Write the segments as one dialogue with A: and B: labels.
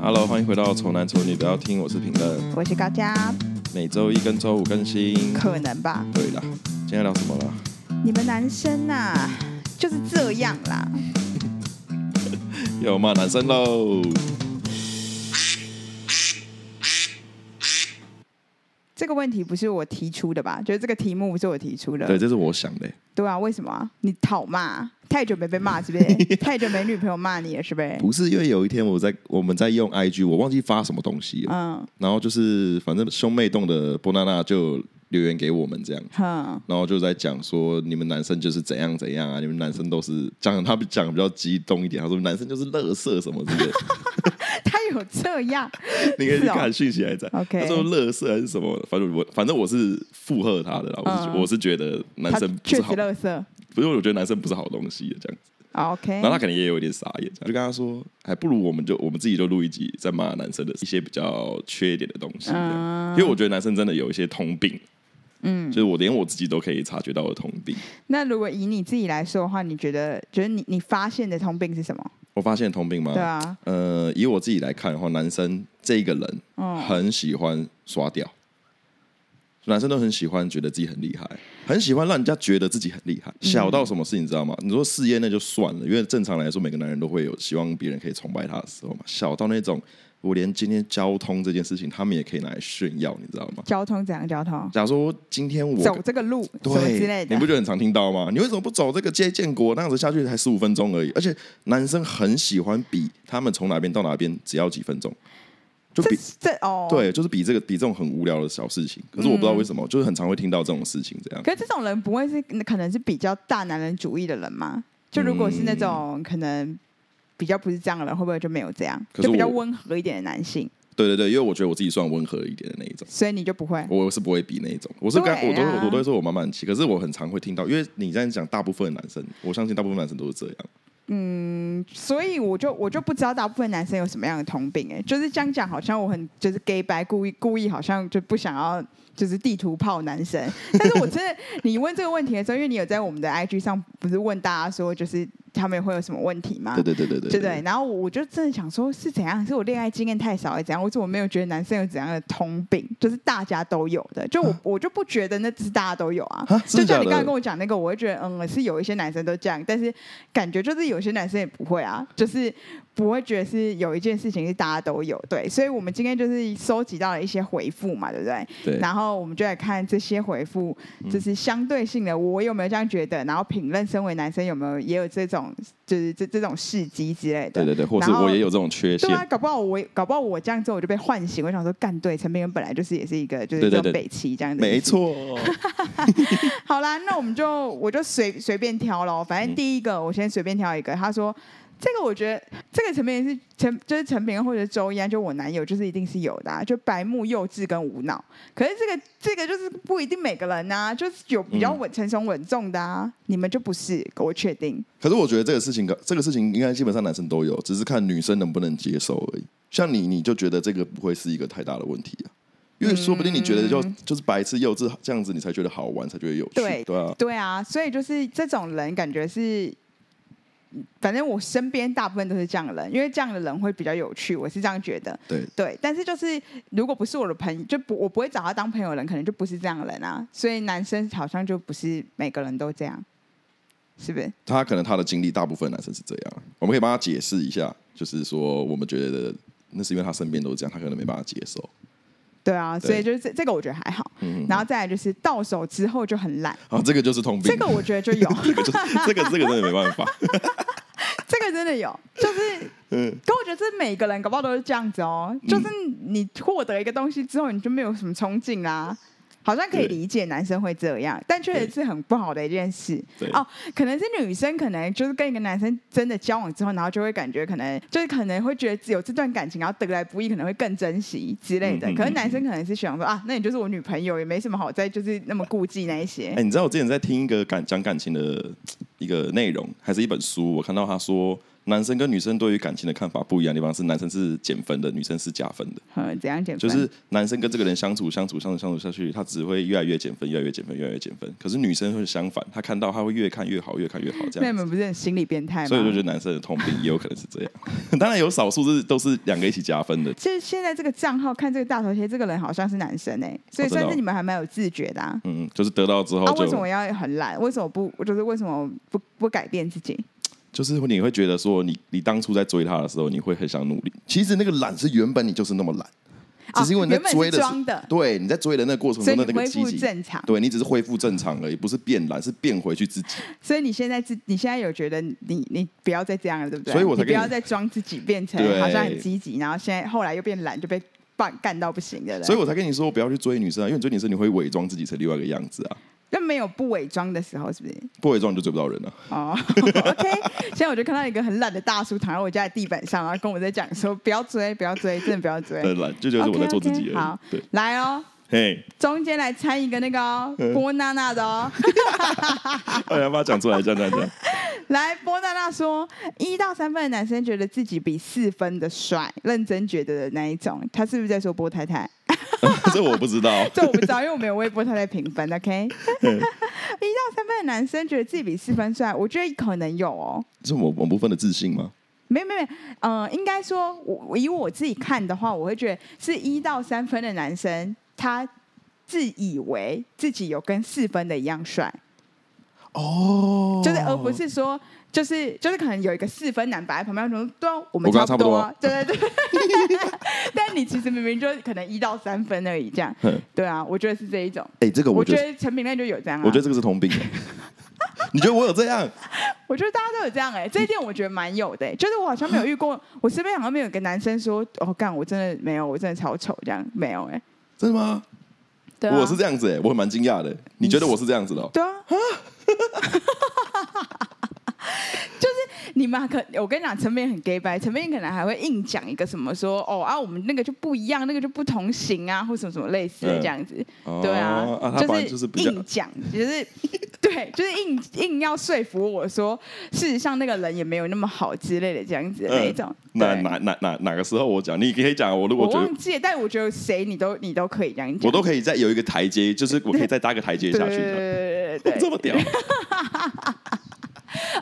A: Hello，欢迎回到《丑男丑女》，不要听，我是评论，
B: 我是高嘉，
A: 每周一跟周五更新。
B: 可能吧？
A: 对啦，今天聊什么了？
B: 你们男生呐、就是这样啦。
A: 又骂男生喽！
B: 这个问题不是我提出的吧？就是这个题目不是我提出的。
A: 对，这是我想的。
B: 对啊，为什么啊？你讨骂，啊太久没被骂是 不是？太久没女朋友骂你了是不是？
A: 不是因为有一天我在我们在用 IG，我忘记发什么东西了，
B: 嗯
A: 然后就是反正兄妹洞的波娜娜就留言给我们这样。
B: 哼，
A: 然后就在讲说，你们男生就是怎样怎样啊，你们男生都是讲他讲比较激动一点，他说男生就是乐色什么之 类的，
B: 他有这样
A: 你可以去
B: 是哦
A: 看讯息还在。
B: OK
A: 他说乐色还是什么，反正我反正我是附和他的啦，我是、
B: 嗯
A: 我是觉得男
B: 他
A: 生不是
B: 确实
A: 好，
B: 乐色。啊
A: 不是我觉得男生不是好东西的这样子。
B: o k
A: 然后他可能也有一点傻眼，这样就跟
B: 哎
A: 他说，还不如我们就我们自己就录一集，在骂男生的一些比较缺一点的东西这样，
B: 嗯
A: 因为我觉得男生真的有一些通病。嗯，就是我连我自己都可以察觉到的通病。
B: 那如果以你自己来说的话，你觉得，觉得你你发现的通病是什么？
A: 我发现的通病吗？
B: 对啊，
A: 呃，以我自己来看的话，男生这一个人很喜欢刷掉，男生都很喜欢觉得自己很厉害，很喜欢让人家觉得自己很厉害。小到什么事你知道吗？你说事业那就算了，因为正常来说每个男人都会有希望别人可以崇拜他的时候嘛。小到那种我连今天交通这件事情，他们也可以拿来炫耀，你知道吗？
B: 交通怎样？交通？
A: 假如说今天我
B: 走这个路什么
A: 对，
B: 之类的
A: 你不。觉得很常听到吗？你为什么不走这个接建国？那样子下去才十五分钟而已，而且男生很喜欢比他们从哪边到哪边只要几分钟，就
B: 这
A: 比
B: 这哦，嗯
A: 对，就是比这个比这种很无聊的小事情。可是我不知道为什么，就是很常会听到这种事情， 这样
B: 可是这种人不会是可能是比较大男人主义的人吗？就如果是那种、可能比较不是这样的人，会不会就没有这样？
A: 嗯可是
B: 就比较
A: 我
B: 温和一点的男性，
A: 对对对，因为我觉得我自己算温和一点的那一种。
B: 所以你就不会。
A: 我是不会比那一种，我是跟、
B: 对啊
A: 我都我都会说我慢慢骑，可是我很常会听到，因为你这样讲，大部分的男生，我相信大部分男生都是这样，
B: 所以我就我就不知道大部分男生有什么样的通病哎、就是这样讲，好像我很就是 gay 白，故意故意好像就不想要就是地图炮 男生。但是我真的，你问这个问题的时候，因为你有在我们的 IG 上不是问大家说，就是他们会有什么问题吗？
A: 对对对对对
B: 对对，然后我啊就真的想说，是怎样？是我恋爱经验太少，还是怎样？我怎么没有觉得男生有怎样的通病？就是大家都有的，就我我就不觉得那只是大家都有啊
A: 啊。真的
B: 就
A: 假
B: 像
A: 的
B: 你刚才跟我讲那个，我会觉得嗯，是有一些男生都这样，但是感觉就是有些男生也不会啊，就是不会觉得是有一件事情是大家都有。对，所以我们今天就是收集到了一些回复嘛，对不对？
A: 对
B: 然后我们就来看这些回复，就是相对性的，我有没有这样觉得？然后评论身为男生有没有也有这种，就是这这种事迹之类的。
A: 对对对，或是
B: 然后
A: 我也有这种缺陷
B: 对，啊，搞不好我搞不好我这样做我就被唤醒，我想说干对，陈明仁本来就是也是一个就是
A: 对对
B: 这
A: 对
B: 种北齐这样子。
A: 没。错，
B: 好啦，那我们就我就随随便挑咯，反正第一个、我先随便挑一个，他说。这个我觉得，这个陈明仁是陈，就是陈明仁或者周一安，啊就我男友，就是一定是有的、啊，就白目、幼稚跟无脑。可是这个这个就是不一定每个人呐、就是有比较
A: 嗯
B: 稳、成熟稳重的啊，你们就不是，我确定。
A: 可是我觉得这个事情，这个事情应该基本上男生都有，只是看女生能不能接受而已。像你，你就觉得这个不会是一个太大的问题啊，因为说不定你觉得就、就是白痴幼稚这样子，你才觉得好玩，才觉得有趣，对
B: 嗯对
A: 啊。
B: 对啊，所以就是这种人，感觉是，反正我身边大部分都是这样的人，因为这样的人会比较有趣，我是这样觉得。
A: 对
B: 对，但是就是如果不是我的朋友，就不我不会找他当朋友的人，可能就不是这样的人啊。所以男生好像就不是每个人都这样，是不是？
A: 他可能他的经历，大部分男生是这样，我们可以帮他解释一下，就是说我们觉得那是因为他身边都是这样，他可能没办法接受。
B: 对啊，
A: 对嗯
B: 所以就是这这个我觉得还好，然后再来就是到手之后就很 懒，
A: 啊，这个就是通病，
B: 这个我觉得就有，
A: 这个就是这个这个真的没办 法。
B: 这个真的 有，就是，
A: 嗯
B: 可我觉得这每个人搞不好都是这样子哦，就是你获得一个东西之后，你就没有什么冲劲啦。好像可
A: 对
B: 以理解男生会这样，但确实是很不好的一件事
A: 对
B: 哦。可能是女生，可能就是跟一个男生真的交往之后，然后就会感觉可能就是可能会觉得有这段感情，然后得来不易，可能会更珍惜之类的。
A: 嗯嗯
B: 可是男生可能是想说啊，那你就是我女朋友，也没什么好再就是那么顾忌那一些
A: 哎、。你知道我之前在听一个感讲感情的一个内容，还是一本书，我看到他说，男生跟女生对于感情的看法不一样的地方是，男生是减分的，女生是加分的。
B: 嗯，怎样减
A: 就
B: 分？
A: 是男生跟这个人相处、相处、相处、相处下去，他只会越来越减分，越来越减分，越来越减分。可是女生会相反，她看到她会越看越好，越看越好这
B: 那
A: 样
B: 你
A: 子。
B: 们不是很心理变态吗？
A: 所以我就觉得男生的通病也有可能是这样。 当然有少数是都是两个一起加分的。
B: 其实现在这个账号看这个大头贴，这个人好像是男生哎、所以
A: 哦真的
B: 算
A: 哦
B: 是你们还蛮有自觉的啊。
A: 嗯，就是得到之后
B: 啊，
A: 就、
B: 为什么要很懒？为什么不？就是为什么不不改变自己？
A: 就是你会觉得说你，你当初在追他的时候，你会很想努力。其实那个懒是原本你就是那么懒，只是因为你
B: 哦原
A: 在
B: 本
A: 追
B: 是
A: 的时、
B: 装的，
A: 对，你在追的那个过程
B: 所
A: 中
B: 以
A: 的
B: 你
A: 那个
B: 恢
A: 积
B: 复
A: 极，
B: 正常。
A: 对你只是恢复正常而已，不是变懒，是变回去自己。
B: 所以你现在自你现在有觉得你你不要再这样了，对不对？
A: 所以我才
B: 你不
A: 跟你
B: 要再装自己变成
A: 对
B: 好像很积极，然后现在后来又变懒，就被干干到不行的人。
A: 所以我才跟你说，不要去追女生啊，因为你追女生你会伪装自己成另外一个样子啊，
B: 那没有不伪装的时候，是不是？
A: 不伪装你就追不到人啊。
B: 哦、o k 现在我就看到一个很懒的大叔躺在我家的地板上，然后跟我在讲说：“不要追，不要追，真的不要追。
A: 对，懒就觉得是我在做自己
B: OK，OK，
A: 而
B: 好
A: 已。对，
B: 来哦，
A: 嘿，
B: 中间来掺一个那个哦
A: 嗯
B: 波娜娜的哦。
A: 哎呀，把它讲出来，这样这样这样。
B: 来，波娜娜说，一到三分的男生觉得自己比四分的帅，认真觉得的那一种，他是不是在说波太太？
A: 这我不 知道。
B: 这我不知道，因为我没有为波太太评分。OK，一到三分的男生觉得自己比四分帅，我觉得可能有哦。
A: 是我我部分的自信吗？
B: 没没没，嗯、应该说我，我以我自己看的话，我会觉得是一到三分的男生，他自以为自己有跟四分的一样帅，
A: 哦
B: 就是 而不是说，就是就是可能有一个四分男摆在旁边，说对啊、我们
A: 我跟他
B: 差
A: 差不多
B: 多、
A: 啊
B: 啊， 对对对。 但你其实明明就可能一到三分而已，这样
A: 哼。
B: 对啊，我觉得是这一种。
A: 哎，这个
B: 我
A: 我觉
B: 觉
A: 得，
B: 得陈炳亮就有这样、啊，
A: 我觉得这个是 通病。你觉得我有这样？
B: 我觉得大家都有这样哎、这一点我觉得蛮有的、欸，就是我好像没有 遇过，我身边好像没有一个男生说，哦，干，我真的没有，我真的超丑这样，没有哎、
A: 真的吗？
B: 对啊，
A: 我是这样子哎，我蛮惊讶的。你觉得我是这样子的哦？
B: 对啊， 就是你们可，我跟你讲，陈明很 gay 白，陈明可能还会硬讲一个什么说，哦啊，我们那个就不一样，那个就不同型啊，或什么什么类似的
A: 嗯
B: 这样子，
A: 哦
B: 对啊，
A: 啊，他本来就是比较
B: 硬讲，就是 对，就是硬硬要说服我说，事实上那个人也没有那么好之类的这样子的那一种。
A: 哪
B: 对
A: 哪哪哪哪个时候我讲，你可以讲啊。嗯我如
B: 我
A: 果觉得
B: 忘记了，但我觉得谁你都你都可以这样讲，
A: 我都可以再有一个台阶，就是我可以再搭个台阶
B: 以
A: 下去
B: 对
A: 的。
B: 对对对
A: 这
B: 对
A: 么屌，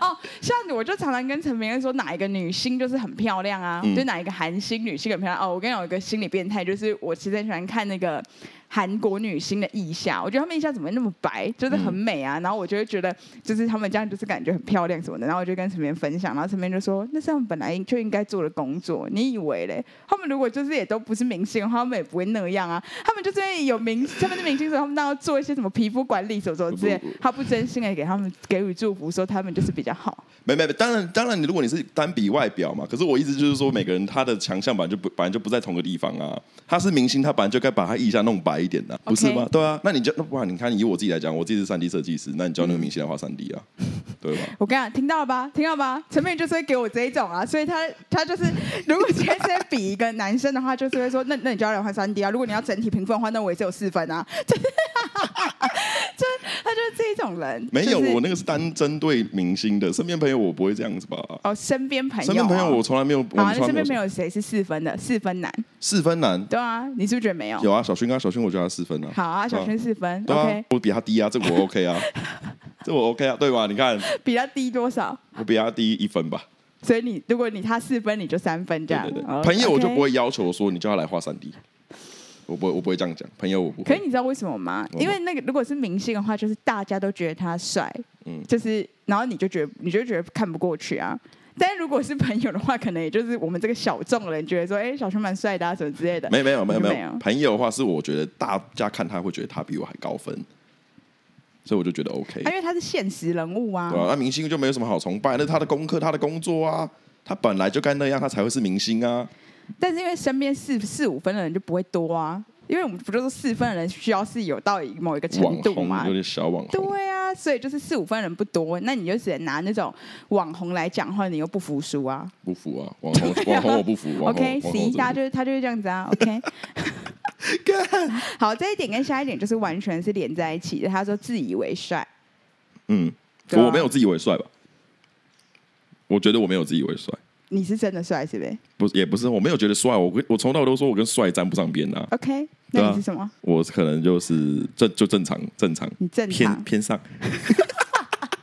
B: 哦，像我就常常跟陈明恩说，哪一个女星就是很漂亮啊，
A: 嗯
B: 就哪一个韩星女星很漂亮哦。我跟你讲，有一个心理变态，就是我其实很喜欢看那个韩国女星的腋下，我觉得她们腋下怎么那么白，就是
A: 嗯
B: 很美啊。然后我就会觉得，就是她们这样就是感觉很漂亮什么的。然后我就跟陈明恩分享，然后陈明恩就说，那是他们本来就应该做的工作，你以为嘞？他们如果就是也都不是明星的话，他们也不会那样啊。他们就是因为有明，他们是明星，所以他们当然要做一些什么皮肤管理什么什么之类
A: 不不。
B: 他不真心的给他们给予祝福，说他们就是比较好。
A: 没没没，当然当然，你如果你是单比外表嘛，可是我一直就是说，每个人他的强项本来就不本来就不在同个地方啊。他是明星，他本来就该把他腋下弄白一点的、不是吗
B: OK
A: 对啊，那你就那不然你看，以我自己来讲，我自己是三 D 设计师，那你教那个
B: 嗯
A: 明星来画三 D 啊，对吧？
B: 我跟你讲，听到了吧？听到了吧？陈美就是会给我这一种啊，所以他他就是， 如果今天是在比一个男生的话，就是会说，那那你就要来换三 D 啊。如果你要整体评分的话，那我也是有四分啊。 就是就是他就是这一种人，
A: 没有，
B: 就是
A: 我那个是单针对明星的，身边朋友我不会这样子吧？
B: 哦，身边朋友、啊，
A: 身边朋友我从来没有，我
B: 好、
A: 们
B: 啊，你
A: 从来
B: 身
A: 没
B: 边朋
A: 有
B: 友谁是四分的？四分男，
A: 四分男
B: 对啊，你是不是觉得没有？
A: 有啊，小勋啊，小勋我觉得他四分啊，
B: 好啊，小
A: 对
B: 轩四分、
A: 对
B: o
A: 啊
B: k，
A: 我比他低啊，这我 OK 啊，这我 OK 啊，对吧？你看
B: 比他低多少？
A: 我比他低一分吧，
B: 所以你如果你他四分，你就三分这
A: 对
B: 样。
A: 对对，
B: 哦
A: 朋友我就
B: OK
A: 不会要求说你叫他来画三 D，我不会我不会这样讲，朋友我不
B: 可是
A: 会，
B: 你知道为什么吗？
A: 为什么
B: 因为那个如果是明星的话，就是大家都觉得他帅，
A: 嗯
B: 就是然后你就觉得你就觉得看不过去啊。但如果是朋友的话，可能也就是我们这个小众的人觉得说，哎、小熊蛮帅的啊，什么之类的。
A: 没有没有没有
B: 没有啊
A: 没有，朋友的话是我觉得大家看他会觉得他比我还高分，所以我就觉得 OK，
B: 啊因为他是现实人物啊。
A: 对吧、那明星就没有什么好崇拜，那是他的功课，他的工作啊，他本来就该那样，他才会是明星啊。
B: 但是因为身边四四五分的人就不会多啊，因为我们不就是四分的人需要是有到某一个
A: 网
B: 程度嘛
A: 红有，点小网红，
B: 对啊，所以就是四五分的人不多，那你就只能拿那种网红来讲话，你又不服输啊。
A: 不服啊，网 红网红我不服，网红
B: OK，
A: 网红
B: 行，
A: 我
B: 大家
A: 真的
B: 就是他就是这样子啊。OK，好，这一点跟下一点就是完全是连在一起的。他说自以为帅，
A: 不服嗯，
B: 对啊
A: 我没有自以为帅吧？我觉得我没有自以为帅，
B: 你是真的帅是呗
A: 不是也不是，我没有觉得帅，我跟我从头都说我跟帅沾不上边呐、
B: ？OK，
A: 对啊
B: 那你是什么？
A: 我可能就是这就正常正常，
B: 你正
A: 偏
B: 常？
A: 偏上，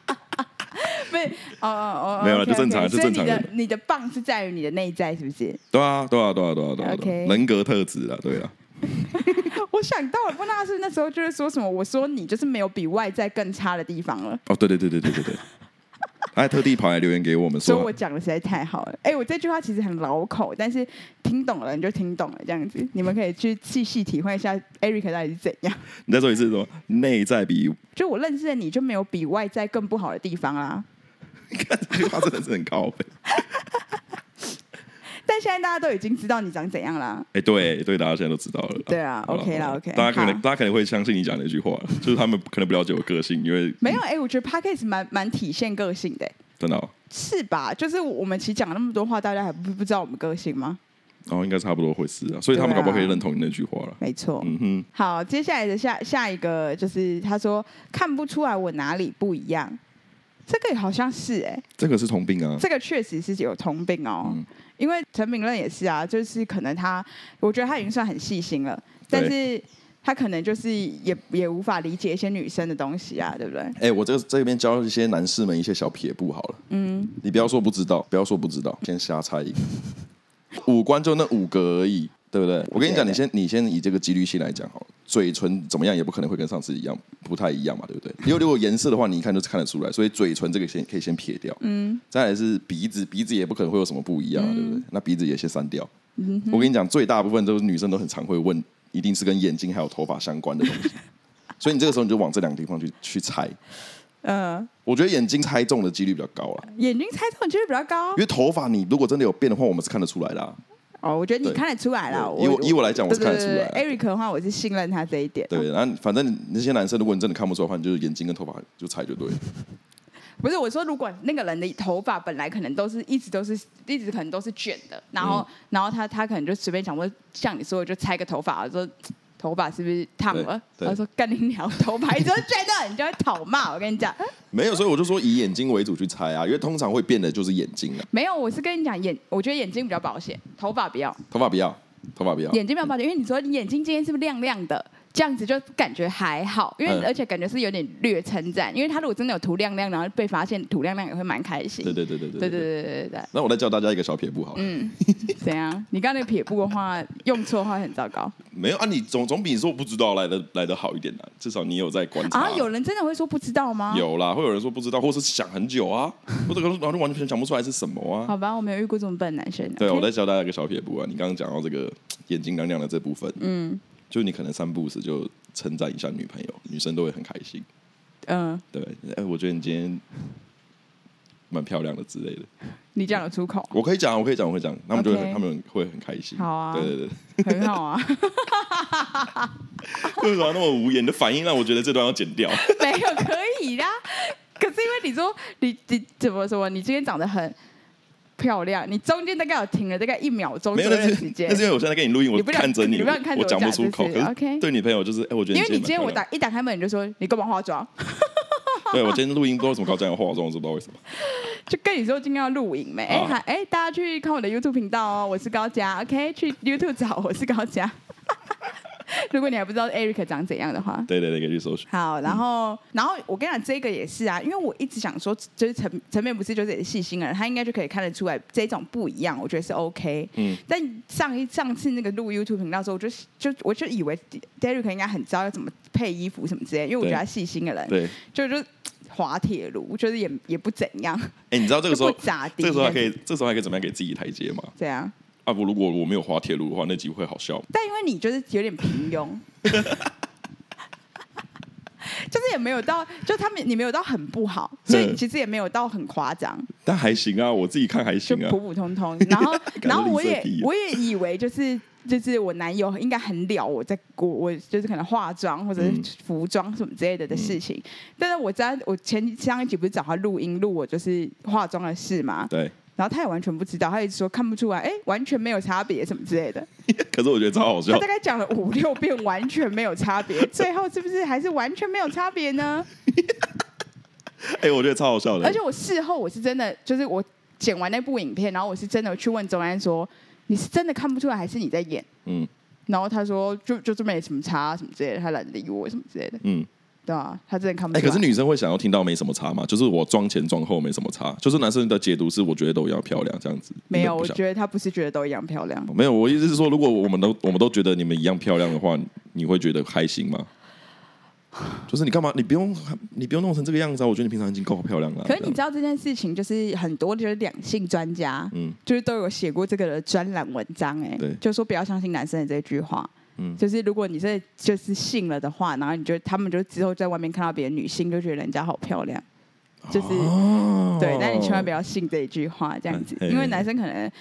B: 不是，哦哦哦，
A: 没有啦
B: OK，OK，
A: 就正常就
B: 所
A: 正
B: 以你
A: 常
B: 的
A: 人
B: 你的棒是在于你的内在，是 不是？
A: 对啊对啊对啊对啊对啊对
B: OK
A: 啊，人格特质啊，对啊，
B: 我想到了，不知道是不是那时候就是说什么，我说你就是没有比外在更差的地方了。
A: 哦对对对对对对对，他还特地跑来留言给我们
B: 所以我
A: 说，
B: 讲的实在太好了。哎、我这句话其实很老口，但是听懂了你就听懂了，这样子，你们可以去细细体会一下 Eric 到底是怎样。
A: 你再说一次说内在比，
B: 就我认识的你，就没有比外在更不好的地方啊。
A: 看这句话真的是很高分，
B: 但现在大家都已经知道你长怎样啦。
A: 哎、对对，大家现在都知道了啦，
B: 对啊
A: 好啦
B: OK 啦
A: 好
B: OK，
A: 大家可能
B: 好
A: 大家可能会相信你讲那句话，就是他们可能不了解我个性，因为
B: 没有哎、我觉得 Podcast 蛮蛮体现个性的、
A: 真的哦
B: 是吧？就是我们其实讲了那么多话，大家还不不知道我们个性吗？
A: 哦，应该差不多会是啊，所以他们
B: 对
A: 搞
B: 啊
A: 不好可以认同你那句话了。
B: 没错。
A: 嗯哼，
B: 好，接下来的下下一个就是他说看不出来我哪里不一样，这个好像是哎、
A: 这个是同病啊，
B: 这个确实是有通病哦，
A: 嗯
B: 因为陈炳任也是啊，就是可能他，我觉得他已经算很细心了，但是他可能就是也也无法理解一些女生的东西啊，对不对？
A: 哎、我这这边教一些男士们一些小撇步好了。嗯，你不要说不知道，不要说不知道，先瞎猜一个。五官就那五个而已，对不对？我跟你讲，
B: 对
A: 你先你先以这个几率性来讲好了。嘴唇怎么样也不可能会跟上次一样，不太一样嘛，对不对？因为如果颜色的话，你一看就是看得出来，所以嘴唇这个先可以先撇掉。嗯，再来是鼻子，鼻子也不可能会有什么不一样啊，对不对？那鼻子也先删掉。嗯，我跟你讲，最大部分都是女生都很常会问，一定是跟眼睛还有头发相关的东 西。所以你这个时候你就往这两个地方去去猜，
B: 呃，
A: 我觉得眼睛猜中的几率比较高啦，
B: 眼睛猜中几率比较高
A: 因为头发你如果真的有变的话，我们是看得出来的、啊。
B: 哦，我觉得你
A: 对
B: 看得出来了。
A: 对以我以我来讲我是看得出来啊
B: 对对哎啊对对 Eric 的话，我是信任他这一点。
A: 对，然后反正那些男生，如果你真的看不出来的话，你就是眼睛跟头发就猜就对了。
B: 不是我说，如果那个人的头发本来可能都是一直都是一直可能都是卷的，然后、然后他他可能就随便想说，像你说的就拆个头发，我说头发是不是烫了？
A: 对对
B: 他说干你娘，头发一直都卷的，你就会讨骂。我跟你讲，
A: 没有，所以我就说以眼睛为主去猜啊，因为通常会变的就是眼睛啊，
B: 没有，我是跟你讲眼，我觉得眼睛比较保险，头发不要，
A: 头发不要，头发不要。
B: 眼睛比较保险，因为你说你眼睛今天是不是亮亮的？这样子就感觉还好，因为、
A: 嗯
B: 而且感觉是有点略称赞，因为他如果真的有涂亮亮，然后被发现涂亮亮也会蛮开心。
A: 对对对对
B: 对
A: 对
B: 对对对对对。
A: 那我再教大家一个小撇步好了，
B: 嗯，怎样？你刚才那个撇步的话，用错的话很糟糕
A: 没有啊，你总总比你说不知道来的来的好一点啊，至少你有在观察。
B: 啊！有人真的会说不知道吗？，
A: 有啦，会有人说不知道，或是想很久啊，或者然后就完全想不出来是什么啊。
B: 好吧，我没有遇过这种笨男生。
A: 对，我
B: OK
A: 再教大家一个小撇步啊。你刚刚讲到这个眼睛亮亮的这部分，嗯，就你可能三不五时就称赞一下女朋友，女生都会很开心。
B: 嗯，
A: 对，哎、我觉得你今天蛮漂亮的之类的。
B: 你讲得出 口，
A: 我可以讲，我可以讲，我可以讲，他们就会
B: OK
A: 很他们会很开心。
B: 好啊
A: 对对 对，
B: 很好啊。
A: 为什么那么无言的反应让我觉得这段要剪 掉？
B: 没有可以啦，可是因为你说你你怎么说？你今天长得很漂亮，你中间大概有停了大概一秒钟
A: 没
B: 左
A: 有，
B: 右
A: 那
B: 的
A: 是
B: 时间
A: 那。是因为我现在跟你录音，我
B: 你不想
A: 看着
B: 你不想看着
A: 我
B: 我
A: 讲不
B: 讲
A: 出
B: 是
A: 口。
B: 不是
A: 可是
B: OK
A: 对女朋友就是，哎、我觉得
B: 因
A: 你
B: 为你今天我
A: 蛮漂亮
B: 打一打开门，你就说你干嘛化妆，
A: 对我今天录音不知道为什么搞这样的化妆，我真不知道为什么。
B: 就跟你说今天要录影没？哎、
A: 好
B: 还哎、大家去看我的 YouTube 频道哦，我是高佳，OK，去 YouTube 找我是高佳。 如果你还不知道 Eric 长怎样的话，
A: 对对对，可以去搜寻。
B: 好，然后、然后我跟你讲这个也是啊，因为我一直想说，就是陈陈面不是就是也是细心的人，他应该就可以看得出来这种不一样，我觉得是 OK。
A: 嗯，
B: 但上一上次那个录 YouTube 频道的时候，我就就我就以为 Derek 应该很知道要怎么配衣服什么之类，因为我觉得他细心的人，
A: 对，
B: 就就滑铁卢，就是也也不怎样，
A: 哎、你知道这
B: 就
A: 个时候
B: 不咋地。
A: 这时候还可以，这时候还可以怎么样给自己台阶嘛？
B: 这样，
A: 啊不，如果我没有滑铁卢的话，那集会好 笑吗。
B: 但因为你就是有点平庸， 就是也没有到，就他们你没有到很不 好，所以
A: 嗯
B: 其实也没有到很夸张，
A: 但还行啊，我自己看还
B: 就
A: 行啊
B: 普。普通通。然后，
A: 感觉
B: 然后我
A: 吝啬
B: 也
A: 屁啊
B: 我也以为就是就是我男友应该很了我在我我就是可能化妆或者是
A: 嗯
B: 服装什么之类的的事情，但是我在我前上一集不是找他录音录我就是化妆的事嘛，
A: 对，
B: 然后他也完全不知道，他一直说看不出来，哎，完全没有差别什么之类的。
A: 可是我觉得超好笑
B: 他大。概讲了五六遍，完全没有差别。最后是不是还是完全没有差 别呢？
A: 哎、我觉得超好笑的。
B: 而且我事后我是真的，就是我剪完那部影片，然后我是真的去问周安说，你是真的看不出来，还是你在演？
A: 嗯
B: 然后他说就就是没什么差什么之类的，他懒得理我什么之类的，
A: 嗯，
B: 对啊，他真的看不
A: 哎、
B: 出来。
A: 可是女生会想要听到没什么差吗？就是我妆前妆后没什么差，就是男生的解读是我觉得都一样漂亮这样子。
B: 没
A: 你
B: 有，
A: 们
B: 我
A: 不想
B: 觉得他不是觉得都一样漂亮。
A: 没有，我意思是说，如果我们都我们都觉得你们一样漂亮的话，你你会觉得开心吗？就是你干嘛？你不用你不用弄成这个样子啊！我觉得你平常已经够漂亮了啊、
B: 可是你
A: 这
B: 知
A: 样
B: 道这件事情，就是很多就是两性专家，
A: 嗯
B: 就是都有写过这个的专栏文章、哎，
A: 对
B: 就说不要相信男生的这句话，
A: 嗯
B: 就是如果你这就是信了的话，然后你就他们就之后在外面看到别的女性，就觉得人家好漂亮，就是、
A: 哦
B: 对，但你千万不要信这一句话，这样子，
A: 哎
B: 因为男生可能。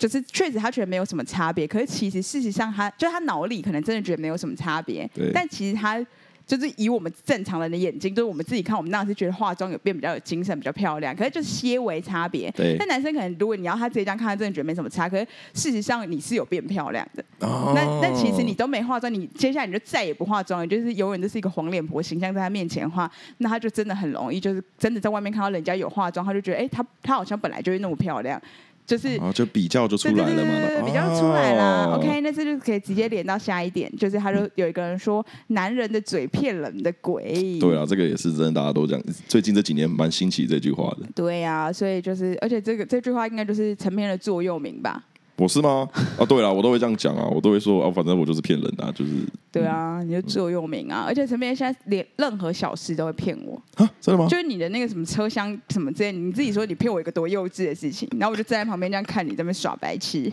B: 就是确实，他觉得没有什么差别。可是其实事实上他，就他脑里可能真的觉得没有什么差别
A: 对。
B: 但其实他就是以我们正常人的眼睛，就是我们自己看，我们当然是觉得化妆有变比较有精神，比较漂亮。可是就是些微差别。
A: 对
B: 但男生可能如果你要他直接这样看，他真的觉得没什么差。可是事实上你是有变漂亮的。
A: 哦
B: 那那其实你都没化妆，你接下来你就再也不化妆，你就是永远就是一个黄脸婆形象在他面前的话，那他就真的很容易就是真的在外面看到人家有化妆，他就觉得哎、他他好像本来就是那么漂亮，就是。
A: 哦，就比较就出
B: 对对
A: 来
B: 对
A: 了
B: 对
A: 嘛，
B: 对对，
A: 哦
B: 比较出来啦。OK，那这就可以直接连到下一点，就是他就有一个人说，男人的嘴骗人的鬼。
A: 对啊，这个也是真的，大家都讲，最近这几年蛮兴起这句话的。
B: 对啊，所以就是，而且这个这句话应该就是成片的座右铭吧？
A: 我是吗？啊，对了，我都会这样讲啊，我都会说啊，反正我就是骗人的、啊，就是
B: 对啊，你就座右铭啊。而且陈片现在连任何小事都会骗我。
A: 啊，真的吗？
B: 就是你的那个什么车厢什么之类，你自己说你骗我一个多幼稚的事情，然后我就站在旁边这样看你在那边耍白痴。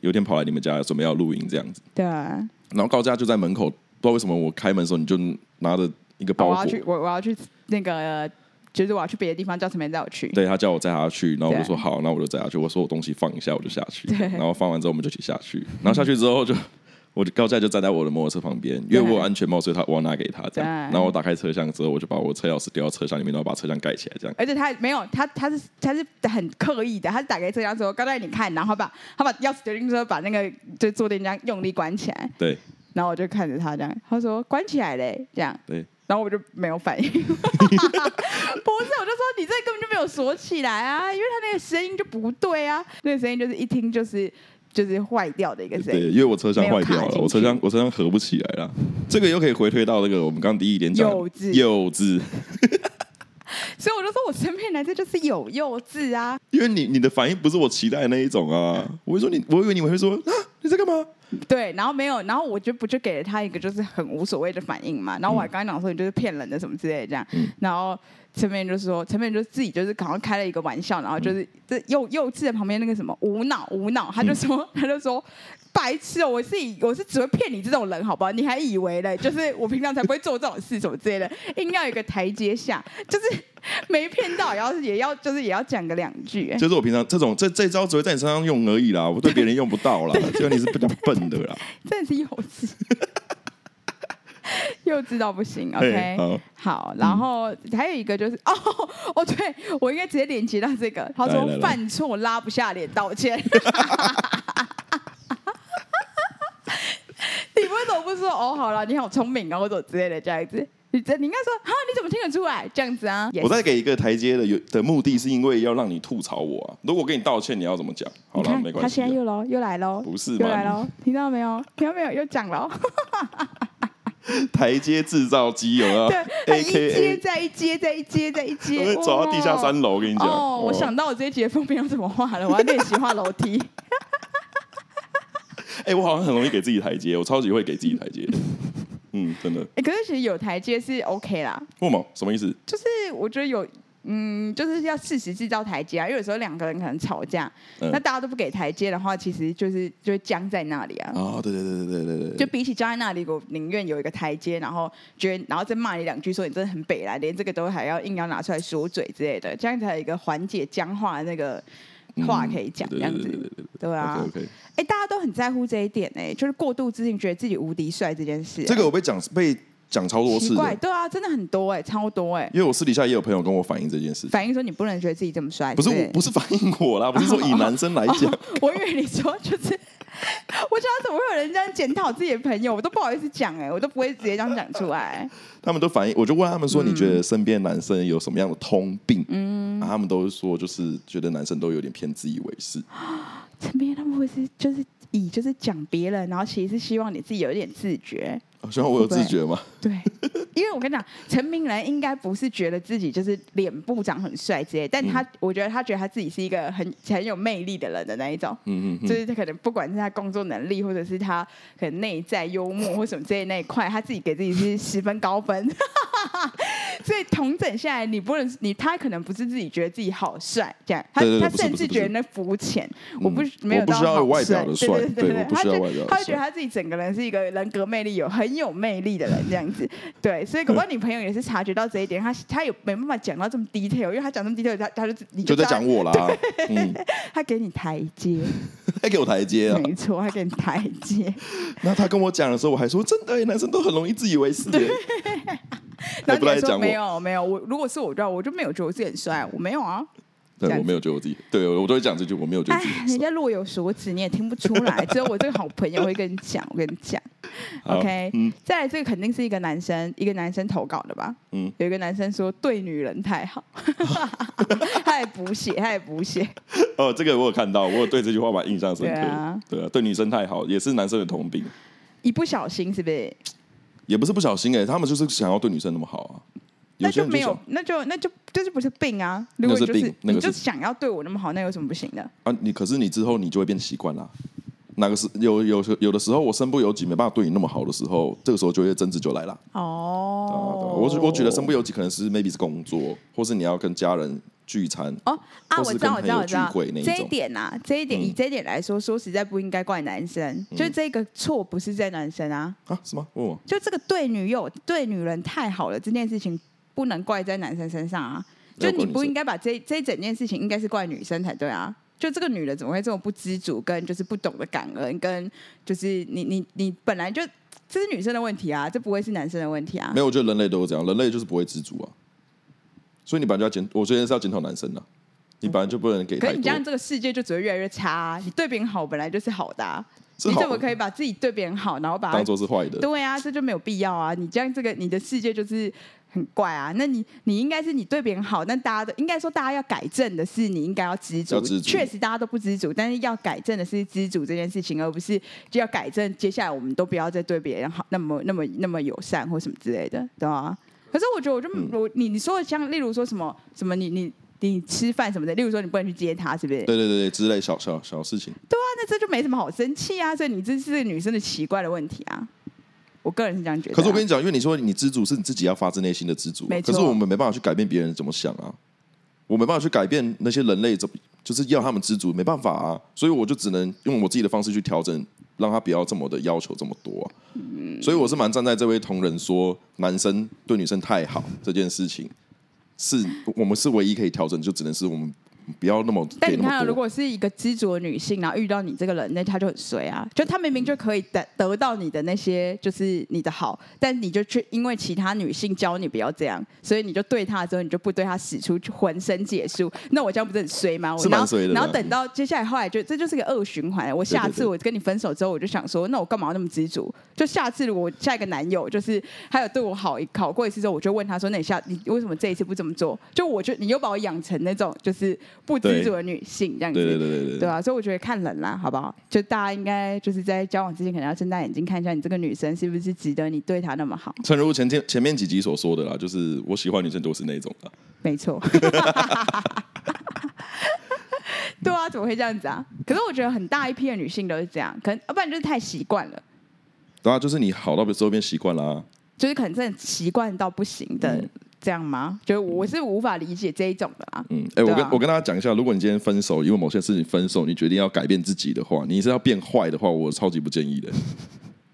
A: 有一天跑来你们家，准备要录音这样子，
B: 对啊，
A: 然后高佳就在门口，不知道为什么我开门的时候你就拿着一个包
B: 哦我
A: 裹
B: 要，去，我我要去那个，就是我要去别的地方，叫陈梅带我去。
A: 对他叫我载他去，然后我就
B: 对
A: 说好，那我就载他去。我说我东西放一下，我就下去。然后放完之后我们就一起下去，然后下去之后就。我就高架就站在我的摩托车旁边，因为我有安全帽，所以他我要拿给他这样。然
B: 对
A: 后我打开车厢之后，我就把我车钥匙丢到车厢里面，然后把车厢盖起来这样。
B: 而且他没有，他他是他是很刻意的，他是打开车厢说：“刚才你看。”然后他把他把钥匙丢进去之后，把那个就坐垫这样用力关起来，
A: 对，
B: 然后我就看着他这样，他说：“关起来嘞。”这样，
A: 对，
B: 然后我就没有反应。 不是，我就说你这根本就没有锁起来啊，因为他那个声音就不对啊，那个声音就是一听就是就是坏掉的一个声
A: 对，
B: 音。
A: 因为我车厢坏
B: 没
A: 掉
B: 有卡
A: 了，
B: 进去
A: 我车厢我车厢合不起来了。这个又可以回推到那个我们刚刚第一点讲的
B: 幼稚
A: 幼稚，
B: 所以我就说我身边来这就是有幼稚啊，
A: 因为你你的反应不是我期待的那一种啊。我会说你，我以为你们会说啊你在干嘛？
B: 对，然后没有，然后我就不就给了他一个就是很无所谓的反应嘛，然后我还刚才讲说你就是骗人的什么之类的这样，然后陈面就说陈面就自己就是好像开了一个玩笑，然后就是这幼幼稚的旁边那个什么无脑无脑，他就说、他就说白痴哦，我是以我是只会骗你这种人好不好？你还以为嘞，就是我平常才不会做这种事什么之类的，硬要有一个台阶下，就是没骗到也要也要就是也要讲个两句、哎
A: 就是我平常这种这这招只会在你身上用而已啦，我对别人用不到啦。就你是比较笨的啦。
B: 真的是幼稚，幼稚到不行。OK，
A: 嘿好
B: 好，
A: 嗯
B: 然后还有一个就是，哦 哦，对我应该直接连接到这个，他
A: 来来
B: 说
A: 来
B: 犯错拉不下脸 道歉。你为什么不说哦？好了，你好聪明啊，或者之类的这样子？你这你应该说啊，你怎么听得出来这样子啊？
A: 我再给一个台阶的有的目的是因为要让你吐槽我啊。如果我跟你道歉，你要怎么讲？好
B: 你
A: 了，
B: 看
A: 没关
B: 他
A: 系啊
B: 现在。又喽，又来喽，
A: 不是
B: 又
A: 嘛
B: 来喽，听到没有？听到没有？又 讲喽。
A: 台阶制造机有没有
B: 对，他一
A: ？A
B: 阶
A: K
B: 再一阶再一阶再一
A: A，
B: 阶，
A: 我会走到地下
B: 哇
A: 三楼，我跟你讲。
B: 哦，我想到我这一集的封面要怎么画了，我要练习画楼梯。
A: 哎、我好像很容易给自己台阶，我超级会给自己台阶的。嗯，真的。
B: 欸可是其实有台阶是 OK 啦，
A: 为什么？什么意思？
B: 就是我觉得有。嗯，就是要适时制造台阶啊，因为有时候两个人可能吵架，
A: 嗯
B: 那大家都不给台阶的话，其实就是就会僵在那里啊。
A: 哦，对对对对对对
B: 就
A: 对。
B: 比起僵在那里，我宁愿有一个台阶，然后觉得然后再骂你两句，说你真的很北来，连这个都还要硬要拿出来说嘴之类的，这样才有一个缓解僵化的那个话可以讲，
A: 嗯
B: 这
A: 对
B: 样
A: 对对对
B: 子，
A: 对
B: 对啊。
A: OK OK，
B: 哎、大家都很在乎这一点哎、就是过度自信，觉得自己无敌帅这件事、
A: 这个我被讲被讲超多
B: 奇
A: 次
B: 怪，
A: 的，
B: 对啊，真的很多哎、超多哎、
A: 因为我私底下也有朋友跟我反映这件事情。
B: 反映说你不能觉得自己这么帅，
A: 不是
B: 对
A: 我，不是反应我啦，不是说以男生来讲，
B: 我以为你说就是， 我想怎么会有人这样检讨自己的朋友，我都不好意思讲哎、我都不会直接这样讲出 来。
A: 他们都反映，我就问他们说，你觉得身边男生有什么样的通病？嗯，啊、他们都说就是觉得男生都有点偏自以为是，
B: 陈斌他们会是就是以就是讲别人，然后其实是希望你自己有一点自觉。
A: 啊虽然我有自觉嘛，
B: 对， 因为我跟你讲，陈明仁应该不是觉得自己就是脸部长很帅之类，但他、我觉得他觉得他自己是一个很很有魅力的人的那一种，
A: 嗯嗯
B: 就是他可能不管是他工作能力，或者是他可能内在幽默或什么之类那一块，他自己给自己是十分高分。 所以同整下来，你不能你他可能不是自己觉得自己好帅这样，他
A: 对对对
B: 他
A: 不是
B: 甚
A: 不是
B: 至
A: 不
B: 觉得
A: 是
B: 那肤浅，我不
A: 嗯
B: 没有
A: 我不
B: 到
A: 需要
B: 好
A: 外表的帅
B: 对
A: 对
B: 对，
A: 我不
B: 他
A: 需要
B: 就
A: 外表的
B: 他会觉得
A: 帅
B: 他自己整个人是一个人格魅力有很有魅力的人这样子，对，所以我女朋友也是察觉到这一点，她他也没办法讲到这么 detail，因为他讲这么 detail，他他就自你
A: 就在
B: 知道
A: 讲我啦，嗯，
B: 他给你台阶，
A: 还给我台阶啊。
B: 没错，他给你台阶，
A: 那他跟我讲的时候，我还说真的欸，男生都很容易自以为是欸，还
B: 然 后
A: 不
B: 你
A: 来
B: 还说
A: 讲
B: 没
A: 我，
B: 有没有，我如果是我知道，我就没有觉得我自己很帅，我没有啊，这
A: 对
B: 样
A: 我没有觉得我自己，对我都会讲这句，我没有觉得
B: 哎
A: 自己，
B: 人家若有所指，你也听不出来，只有我这个好朋友会跟你讲，我跟你讲。
A: 好
B: OK，、
A: 嗯
B: 再来这个肯定是一个男生，一个男生投稿的吧？
A: 嗯
B: 有一个男生说对女人太 好，他也补写，他也补写，
A: 哦，这个我有看到，我有对这句话蛮印象深刻
B: 对啊
A: 的。对啊，对女生太好，也是男生的通病，
B: 一不小心是不是？
A: 也不是不小心哎、他们就是想要对女生那么好啊。
B: 那
A: 有些
B: 就
A: 人
B: 没
A: 想
B: 有，那就那就这就不是病啊！如果
A: 那
B: 你
A: 是
B: 就是
A: 病那
B: 你
A: 个是
B: 就想要对我那么好，那有什么不行的？
A: 啊，你可是你之后你就会变习惯啦。哪个是有有有的时候我身不由己，没办法对你那么好的时候，这个时候就会争执就来啦。
B: 哦、
A: 啊，对啊我举我举的身不由己，可能是 maybe 是工作，或是你要跟家人聚餐。
B: 哦啊，
A: 或
B: 我
A: 是
B: 知道，
A: 跟
B: 我知
A: 朋
B: 道，
A: 友
B: 我知道
A: 聚会那一
B: 这一
A: 种
B: 点啊，这一点、以
A: 嗯
B: 这一点来说，说实在不应该怪男生，就是这个错不是在男生啊，
A: 啊，什么？问我？
B: 就这个对女友对女人太好了这件事情，不能怪在男生身上啊，
A: 那
B: 就
A: 要
B: 你
A: 怪女
B: 不
A: 生
B: 应该把这这整件事情应该是怪女生才对啊。就这个女人怎么会这么不知足，跟就是不懂得感恩，跟就是你你你本来就这是女生的问题啊，这不会是男生的问题啊
A: 没。有，我觉得人类都是这样，人类就是不会知足啊。所以你本来就要检，我觉得是要检讨男生的、你本来就不能给
B: 可
A: 太
B: 是你
A: 多
B: 这，样，这个世界就只会越来越差、啊。你对别人好本来就是好的、啊，
A: 是
B: 你
A: 好
B: 怎么可以把自己对别人好，然后把它
A: 当做是坏的。
B: 对啊，这就没有必要啊！你这样这个你的世界就是很怪啊。那你你应该是你对别人好，但大家都应该说大家要改正的是你应该要知足
A: 要知足
B: 确实大家都不知足，但是要改正的是知足这件事情，而不是就要改正。接下来我们都不要再对别人好那么那么那么友善或什么之类的，对啊。可是我觉得我就、
A: 嗯
B: 我你你说的像例如说什么什么你你。你吃饭什么的，例如说你不能去接他，是不是？
A: 对对对对，之类小小小事情。
B: 那这就没什么好生气啊。所以你这是女生的奇怪的问题啊。我个人是这样觉得啊、
A: 可是我跟你讲，因为你说你知足是你自己要发自内心的知足
B: 没，
A: 可
B: 错
A: 是我们没办法去改变别人怎么想啊，我没办法去改变那些人类怎么，就是要他们知足，没办法啊，所以我就只能用我自己的方式去调整，让他不要这么的要求这么多、啊。
B: 嗯
A: 所以我是蛮站在这位同仁说，男生对女生太好这件事情，是我们是唯一可以调整，就只能是我们不要那么
B: 但
A: 给
B: 你
A: 那
B: 看啊，
A: 么
B: 如
A: 多。
B: 果是一个知足的女性，然后遇到你这个人，那她就很衰啊。就她明明就可以得得到你的那些，就是你的好，但你就却因为其他女性教你不要这样，所以你就对她的时候，你就不对她使出浑身解数。那我这样不是很衰吗？我
A: 是蛮
B: 然后
A: 衰的
B: 然后
A: 啦
B: 等到接下来后来就这就是个恶循环。我下
A: 对
B: 次
A: 对对
B: 我跟你分手之后，我就想说，那我干嘛要那么知足？就下次如果我下一个男友就是他有对我好考过一次之后，我就问他说，那你下你为什么这一次不这么做？就我就你又把我养成那种就是不知足的女性这样子。
A: 对对对对
B: 对啊，所以我觉得看人啦，好不好？就大家应该就是在交往之前，可能要睁大眼睛看一下你这个女生是不是值得你对她那么好。
A: 诚如前天前面几集所说的啦，就是我喜欢女生都是那种的。
B: 没错。对啊，怎么会这样子啊？可是我觉得很大一批的女性都是这样，可能要啊不然就是太习惯了，
A: 对啊，就是你好到周边习惯啦、
B: 就是可能真的习惯到不行的。
A: 嗯
B: 这样吗？就是我是无法理解这一种的啦。
A: 嗯，哎、我
B: 对
A: 跟、
B: 啊
A: 我跟大家讲一下，如果你今天分手，因为某些事情分手，你决定要改变自己的话，你是要变坏的话，我超级不建议的，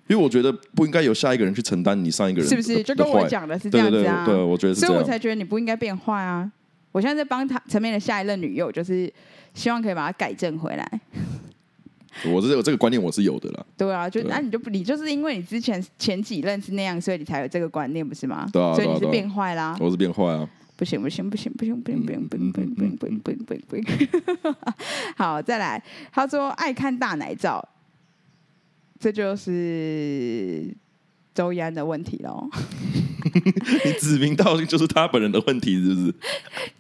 A: 因为我觉得不应该由下一个人去承担你上一个人
B: 是
A: 的
B: 不是？就
A: 的
B: 跟我
A: 坏
B: 讲的是这
A: 对
B: 样
A: 对对
B: 子啊。
A: 对，我觉得是
B: 所
A: 这
B: 以我
A: 样。
B: 才觉得你不应该变坏啊！我现在在帮他陈面的下一任女友，就是希望可以把她改正回来。
A: 我是有这个观念，我是有的啦，
B: 对啊，就
A: 对
B: 那、你就不你就是因为你之前前几任是那样，所以你才有这个观念，不是吗？
A: 对啊
B: 所以
A: 对啊
B: 你是
A: 对啊
B: 变坏啦！
A: 我是变坏啊。
B: 不行不行不行不行不行不行不行不行不行不行不行 不行不行。好，再来，他说爱看大奶照。这就是周一安的问题 喽。
A: 你指名道姓就是他本人的问题，是不是？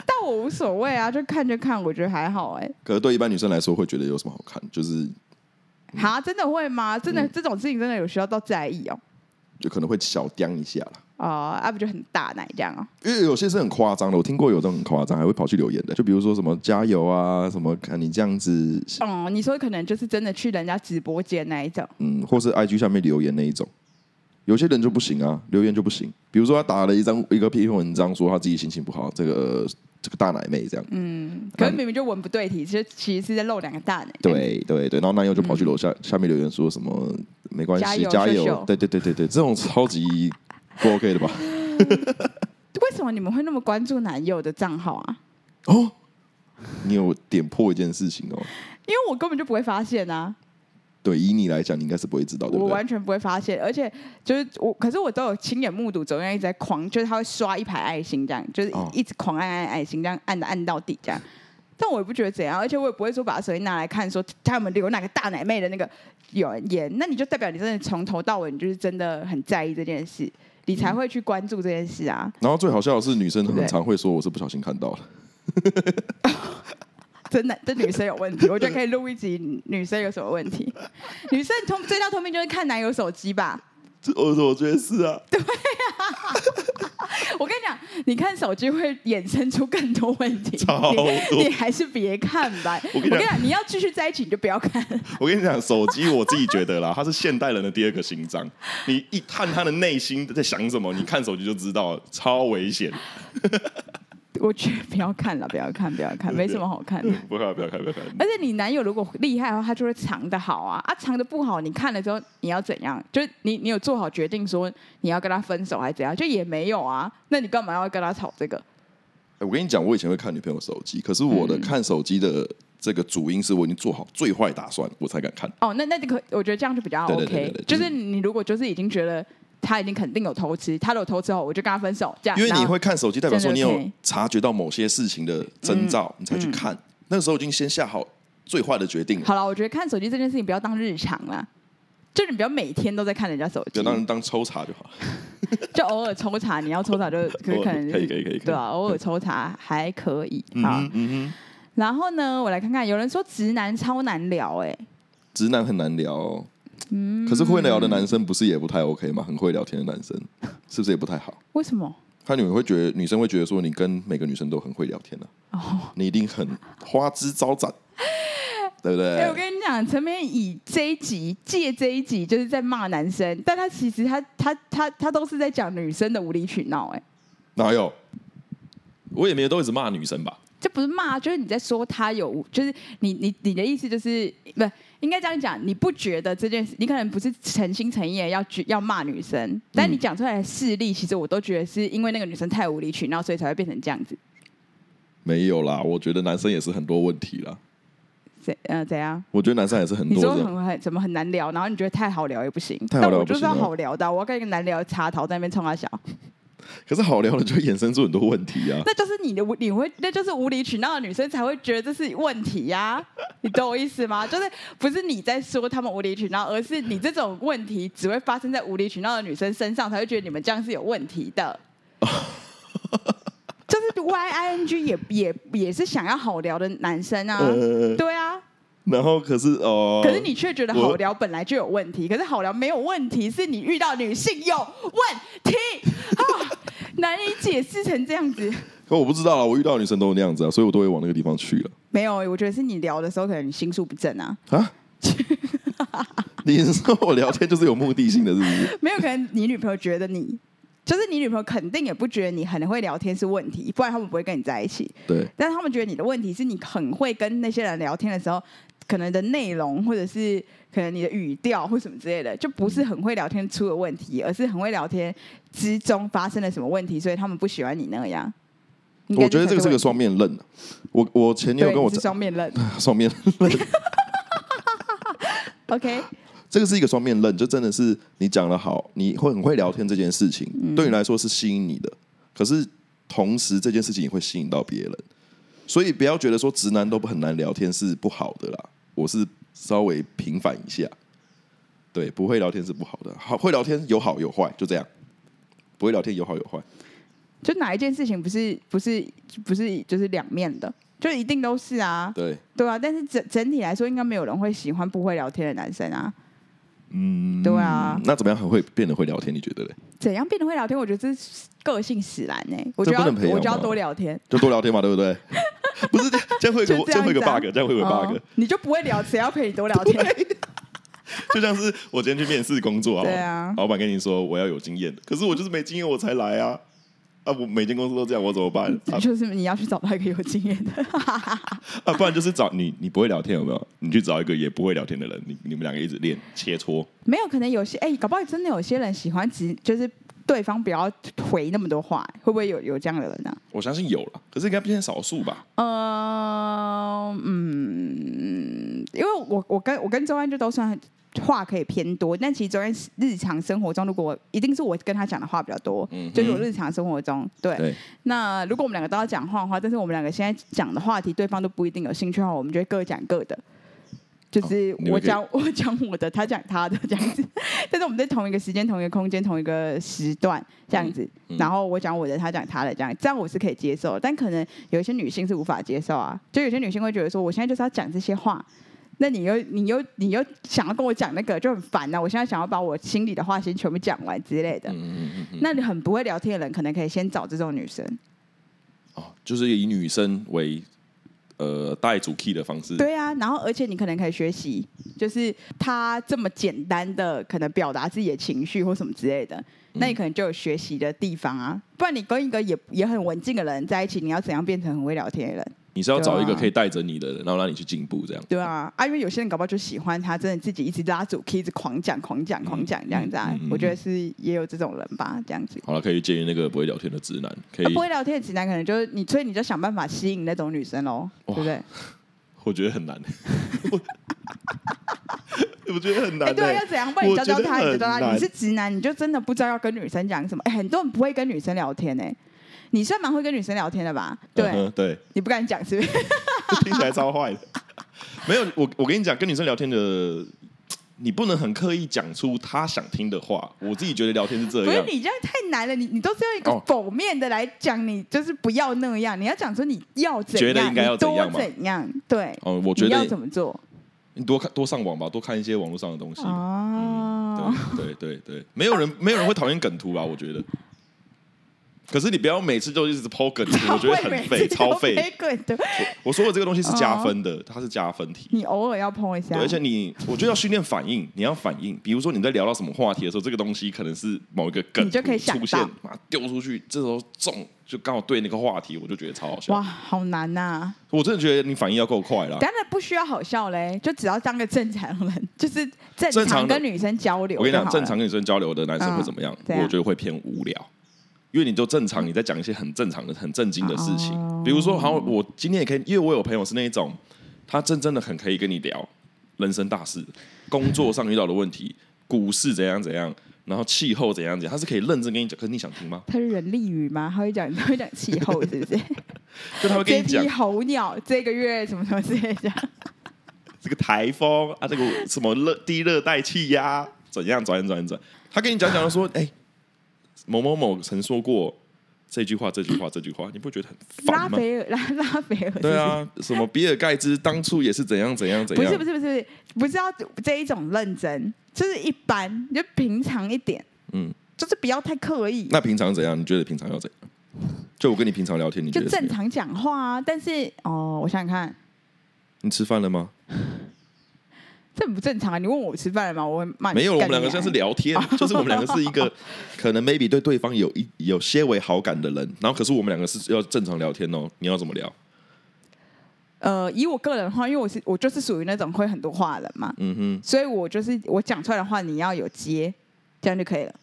B: 但我无所谓啊，就看就看，我觉得还好哎、
A: 可是对一般女生来说，会觉得有什么好看？就是
B: 哈，真的会吗？真的、这种事情真的有需要到在意哦？
A: 就可能会小刁一下啦。
B: 哦、啊不就很大奶这样哦？
A: 因为有些是很夸张的，我听过有这种很夸张，还会跑去留言的，就比如说什么加油啊，什么看你这样子，
B: 哦、你说可能就是真的去人家直播间那一种，
A: 嗯，或是 IG 下面留言那一种，有些人就不行啊，留言就不行。比如说他打了一张一个批评文章，说他自己心情不好，这个这个大奶妹这样，
B: 嗯可是明明就文不对题，其实其实是在露两个大奶奶。
A: 对对对，然后男友就跑去楼下、下面留言说什么没关
B: 加
A: 系，
B: 油
A: 加
B: 秀秀
A: 油，对对对对对，这种超级不 OK 的 吧？
B: 为什么你们会那么关注男友的账号啊？
A: 哦，你有点破一件事情哦，
B: 因为我根本就不会发现啊，
A: 对，以你来讲，你应该是不会知道，对
B: 我
A: 不对？
B: 完全不会发现，而且就是我，可是我都有亲眼目睹，总有一直在狂，就是他会刷一排爱心这样，就是
A: 哦
B: 一直狂按按爱心这样按的按到底这样。但我也不觉得怎样，而且我也不会说把手机拿来看，说他们有哪个大奶妹的那个有言，那你就代表你真的从头到尾，你就是真的很在意这件事，你
A: 嗯
B: 才会去关注这件事啊。
A: 然后最好笑的是，女生
B: 对
A: 很常会说我是不小心看到了。
B: 真的，这女生有问题，我觉得可以录一集女生有什么问题。 女生通最大通病就是看男友手机吧。
A: 这我我觉得是啊，
B: 我跟你讲，你看手机会衍生出更多问题，
A: 超多
B: 你你还是别看吧。
A: 我
B: 我跟
A: 跟你讲
B: 你讲，你要继续在一起，你就不要看。
A: 我跟你讲，手机我自己觉得啦，它是现代人的第二个心脏。你一探他的内心在想什么，你看手机就知道了，超危险。
B: 我觉得不要看了，不要看，不要看，没什么好看的。
A: 不要不要看，不要看。
B: 而且你男友如果厉害的话，他就会藏得好啊，啊藏得不好，你看了之后你要怎样？就是你你有做好决定说你要跟他分手还是怎样？就也没有啊，那你干嘛要跟他吵这个？
A: 哎我跟你讲，我以前会看女朋友手机，可是我的看手机的这个主因是我已经做好最坏打算，我才敢看。
B: 哦，那那就可，我觉得这样就比较 OK。
A: 对对对对对就
B: 就
A: 是
B: 是你如果就是已经觉得他已经肯定有偷吃，他有偷吃后，我就跟他分手，这样。
A: 因为你
B: 然后
A: 会看手机，代表说你
B: 真的
A: 有
B: OK
A: 察觉到某些事情的征兆，你才去看。那个时候已经先下好最坏的决定了，
B: 好了，我觉得看手机这件事情不要当日常啦，就你不要每天都在看人家手
A: 不
B: 机
A: 要，当人当抽查就好。
B: 就偶尔抽查，你要抽查就 可
A: 偶尔
B: 可能
A: 可以可以可以可以
B: 对啊，偶尔抽查还可以
A: 嗯
B: 啊
A: 哼。嗯哼，
B: 然后呢，我来看看，有人说直男超难聊，哎，
A: 直男很难聊哦、
B: 嗯
A: 可是会聊的男生不是也不太 OK 吗？很会聊天的男生是不是也不太好？
B: 为什么？
A: 他女会觉得女生会觉得说你跟每个女生都很会聊天的、
B: 哦
A: 啊，你一定很花枝招展，对不对？
B: 哎、我跟你讲，陈明以这一集借这一集就是在骂男生，但他其实他他他他都是在讲女生的无理取闹，哎。
A: 哪有？
C: 我也没有都一直骂女生吧，
B: 这不是骂，就是你在说他有，就是你你你的意思就是嗯不应该这样讲，你不觉得这件事，你可能不是诚心诚意的要举要骂女生，但你讲出来的事例，其实我都觉得是因为那个女生太无理取闹，所以才会变成这样子。
A: 嗯没有啦，我觉得男生也是很多问题啦。
B: 怎呃怎样？
A: 我觉得男生也是很
B: 你
A: 多
B: 说
A: 这种
B: 很很怎么很难聊，然后你觉得太好聊也不行，
A: 太好聊
B: 但我
A: 也不
B: 就是
A: 行啊
B: 要好聊的啊、我要跟一个难聊的茶头在那边冲他笑，
A: 可是好聊的就会衍生出很多问题啊。
B: 那就是你的无你会那就是无理取闹的女生才会觉得这是问题呀、 你懂我意思吗？就是不是你在说他们无理取闹，而是你这种问题只会发生在无理取闹的女生身上，才会觉得你们这样是有问题的。就是 Y I N G 也也也是想要好聊的男生啊，
A: 呃，
B: 对啊，
A: 然后可是哦，
B: 可是你却觉得好聊本来就有问题，可是好聊没有问题，是你遇到女性有问题 啊，难以解释成这样子。
A: 可我不知道啊，我遇到的女生都那样子啊，所以我都会往那个地方去了
B: 没有，我觉得是你聊的时候，可能你心术不正啊。
A: 啊。你是说我聊天就是有目的性的，是不是？
B: 没有，可能你女朋友觉得你，就是你女朋友肯定也不觉得你很会聊天是问题，不然他们不会跟你在一起。
A: 对，
B: 但他们觉得你的问题是你很会跟那些人聊天的时候，可能的内容或者是可能你的语调或什么之类的，就不是很会聊天出了问题，而是很会聊天之中发生了什么问题，所以他们不喜欢你那样。应该
A: 我觉得这个是
B: 才
A: 个
B: 问题
A: 双面刃啊。我我前女友
B: 对
A: 跟我
B: 你是双面刃。
A: 双面刃，
B: OK，
A: 这个是一个双面刃，就真的是你讲的好，你会很会聊天这件事情，
B: 嗯
A: 对你来说是吸引你的，可是同时这件事情也会吸引到别人，所以不要觉得说直男都很难聊天是不好的啦，我是稍微平反一下，对，不会聊天是不好的，好会聊天有好有坏，就这样。不会聊天有好有坏，
B: 就哪一件事情不是不是不是就是两面的，就一定都是啊，
A: 对，
B: 对啊。但是整整体来说，应该没有人会喜欢不会聊天的男生啊。嗯，对啊
A: 嗯，那怎么样很会变得会聊天？你觉得嘞？
B: 怎样变得会聊天？我觉得这是个性使然呢、我就
A: 这不
B: 要
A: 能培养
B: 我就要
A: 吧
B: 多聊天，
A: 就多聊天嘛，对不 对？不是这样这样会有
B: 就
A: 个这
B: 这样
A: 样会有个
B: 子啊
A: bug，这样会有个 bug，、
B: 哦你就不会聊，谁要陪你多聊天？
A: 就像是我今天去面试工作好了，
B: 对啊
A: 老板跟你说我要有经验的，可是我就是没经验我才来啊。啊，我每间公司都这样，我怎么办？啊
B: 就是你要去找到一个有经验的，
A: 啊，不然就是找你，你不会聊天有没有？你去找一个也不会聊天的人，你你们两个一直练切磋，
B: 没有可能有些哎、搞不好真的有些人喜欢只就是对方不要回那么多话、会不会有有这样的人呢、啊
A: 我相信有了，可是应该偏少数吧？
B: 呃，嗯，因为我我跟我跟周安就都算话可以偏多，但其实周安日常生活中，如果我一定是我跟他讲的话比较多，
A: 嗯哼
B: 就是我日常生活中对。
A: 对，
B: 那如果我们两个都要讲话的话，但是我们两个现在讲的话题，对方都不一定有兴趣的话，我们就会各讲各的。就是
A: 哦你们
B: 我
A: 可以
B: 讲、我讲我的，他讲他的这样子， 但是我们在同一个时间、同一个空间、同一个时段这样子，
A: 嗯嗯
B: 然后我讲我的，他讲他的，这样这样我是可以接受的，但可能有一些女性是无法接受啊，就有些女性会觉得说，我现在就是要讲这些话，那你又你又你又想要跟我讲那个就很烦啊呐、我现在想要把我心里的话先全部讲完之类的，
A: 嗯嗯嗯嗯，
B: 那你很不会聊天的人，可能可以先找这种女生。
A: 哦，就是以女生为呃带主 key 的方式，
B: 对啊，然后而且你可能可以学习，就是他这么简单的可能表达自己的情绪或什么之类的，
A: 嗯
B: 那你可能就有学习的地方啊。不然你跟一个也也很文静的人在一起，你要怎样变成很会聊天的人？
A: 你是要找一个
B: 对啊
A: 可以带着你的人，然后让你去进步，这样。
B: 对啊，啊，因为有些人搞不好就喜欢他，真的自己一直拉主 key，一直狂讲、狂讲、狂讲这样子啊。
A: 嗯嗯嗯
B: 我觉得是也有这种人吧，这样子。
A: 好了，可以建议那个不会聊天的直男，可
B: 那
A: 以
B: 啊不，会聊天的直男，可能就是你，所以你就想办法吸引那种女生喽，对
A: 哇
B: 不对？
A: 我觉得 很难， 我我觉得很难
B: 哎、
A: 欸。
B: 对啊，要怎样？不然你
A: 我
B: 教教
A: 觉得
B: 他，你教
A: 很
B: 教他。
A: 难
B: 你是直男，你就真的不知道要跟女生讲什么。哎、很多人不会跟女生聊天呢、你算蛮会跟女生聊天的吧？对，
A: 嗯哼对，
B: 你不敢讲是不是？
A: 听起来超坏的。没有，我我跟你讲，跟女生聊天的，你不能很刻意讲出她想听的话。我自己觉得聊天是这
B: 不是
A: 样，
B: 你这样太难了，你你都是用一个
A: 哦
B: 否面的来讲，你就是不要那样，你要讲说你要怎样，
A: 觉得应该要
B: 你多
A: 怎样嘛
B: 怎样，对，
A: 哦，我觉
B: 你要怎
A: 得
B: 么做
A: 你多看多上网吧，多看一些网络上的东西。
B: 哦，
A: 对对对对，没有人没有人会讨厌梗图吧？我觉得。可是你不要每次就一直抛梗图，我觉得
B: 会每
A: 很
B: 次
A: 废，
B: 都
A: 超废。
B: 被滚的，
A: 我我说的这个东西是
B: 哦
A: 加分的，它是加分题。
B: 你偶尔要碰一下
A: 对，，而且你，我觉得要训练反应，你要反应。比如说你在聊到什么话题的时候，这个东西可能是某一个梗，
B: 你就可以想到
A: 出现，妈丢出去，这时候中就刚好对那个话题，我就觉得超好
B: 哇，
A: 笑。
B: 好难啊呐、
A: 我真的觉得你反应要够快 啦。
B: 当然不需要好笑嘞，就只要当个正常人，就是正
A: 正
B: 常
A: 常的
B: 跟女生交流
A: 我跟你
B: 就
A: 讲，
B: 好
A: 正
B: 了
A: 常跟女生交流的男生会怎么样？
B: 嗯怎样
A: 我觉得会偏无聊，因为你就正常，你在讲一些很正常的、很正经的事情。
B: 哦
A: 比如说，好像我今天也可以，因为我有朋友是那一种，他真真的很可以跟你聊人生大事、工作上遇到的问题、股市怎样怎样，然后气候怎样怎样，他是可以认真跟你讲。可是你想听吗？
B: 他是人力语吗？他会讲他会讲气候是不是？
A: 就他会跟
B: 这
A: 你讲
B: 批候鸟这个月什么什么之类的，
A: 这个台风啊，这 个什么热低热带气压怎样转转转，他跟你讲讲 说，哎、某某某曾说过这句话，这句话，这句话，你不觉得很
B: 拉
A: 烦吗？
B: 斐尔拉拉斐尔是不是
A: 对，啊，什么比尔盖茨当初也是怎样怎样怎
B: 不
A: 样，
B: 是不是不是不是要这一种认真，就是一般就平常一点，
A: 嗯，
B: 就是不要太刻意，
A: 那平常怎样？你觉得平常要怎样？就我跟你平常聊天，你觉
B: 就
A: 得怎
B: 正
A: 么样？
B: 常讲话啊。但是哦，我想想看，
A: 你吃饭了吗？
B: 这很不正常啊！你问我吃饭了吗？我会骂你
A: 没有，我们
B: 干
A: 两
B: 你
A: 个
B: 啊
A: 像是聊 天，就是我们两个是一个可能 maybe 对对方有一有些微好感的人，然后可是我们两个是要正常聊天哦。你要怎么聊？
B: 呃，以我个人的话，因为我是我就是属于那种会很多话的人嘛，
A: 嗯哼，
B: 所以我就是我讲出来的话，你要有接，这样就可以了。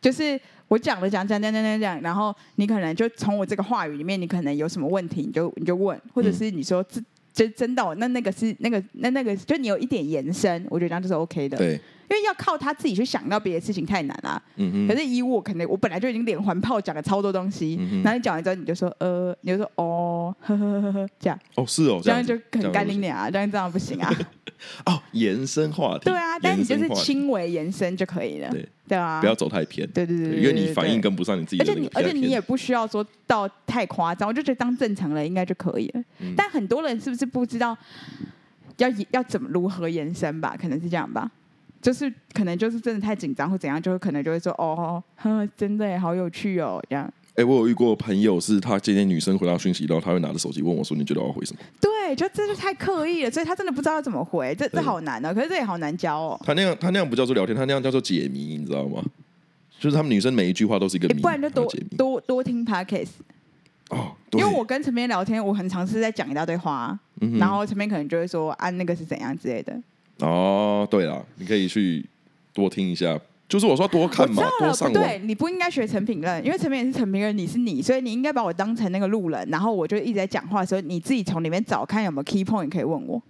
B: 就是我讲了讲讲讲讲讲讲，然后你可能就从我这个话语里面，你可能有什么问题，你就你就问，或者是你说这。就真到那那个是那个那那个，就你有一点延伸，我觉得这样就是 OK 的。
A: 对，
B: 因因为要靠他自己去想到别的事情太难了、
A: 嗯
B: 可
A: 哼，
B: 是以我可能我本来就已经连环炮讲了超多东西，
A: 嗯
B: 然后你讲完之后你就说呃，你就说哦，呵呵呵呵呵，这样
A: 哦是哦，
B: 这样
A: 样
B: 就
A: 子
B: 很干
A: 这样
B: 净点啊，这样这样不 行啊。
A: 哦，延伸话题，
B: 对啊，但你
A: 延
B: 就
A: 伸
B: 是
A: 话题，
B: 轻微延伸就可以了。
A: 对，
B: 对啊，
A: 不要走太偏，
B: 对对对对
A: 因为
B: 对
A: 你
B: 对
A: 反应跟不上你自己
B: 而
A: 的
B: 且
A: 那个
B: 你
A: 偏，
B: 而且你也不需要说到太夸张，我就觉得当正常人应该就可以了。
A: 嗯
B: 但很多人是不是不知道要要怎么如何延伸吧？可能是这样吧，就是可能就是真的太紧张或怎样，就会可能就会说哦，呵，真的耶好有趣哦，这样。
A: 哎、我有遇过朋友，是他今天女生回到讯息，然后他会拿着手机问我说：“你觉得我要回什么
B: 对，就这就太刻意了，所以他真的不知道要怎么回，这这
A: 对
B: 好难哦，可是这也好难教哦？”。
A: 他那样，他那样不叫做聊天，他那样叫做解谜，你知道吗？就是他们女生每一句话都是一个
B: 诶
A: 谜，
B: 欸不然就
A: 然
B: 多
A: 后解谜
B: 多多听 podcast，
A: 哦，对
B: 因为我跟陈边聊天，我很尝试在讲一大堆话啊，
A: 嗯哼
B: 然后陈边可能就会说啊那个是怎样之类的，
A: 哦，对啦，你可以去多听一下，就是我说多
B: 我
A: 看
B: 知
A: 嘛
B: 道，
A: 多
B: 了，
A: 上
B: 不
A: 网
B: 对，，你不应该学陈评论，因为陈评论是陈评论，你是你，所以你应该把我当成那个路人，然后我就一直在讲话的时候，你自己从里面找看有没有 key point 可以问我，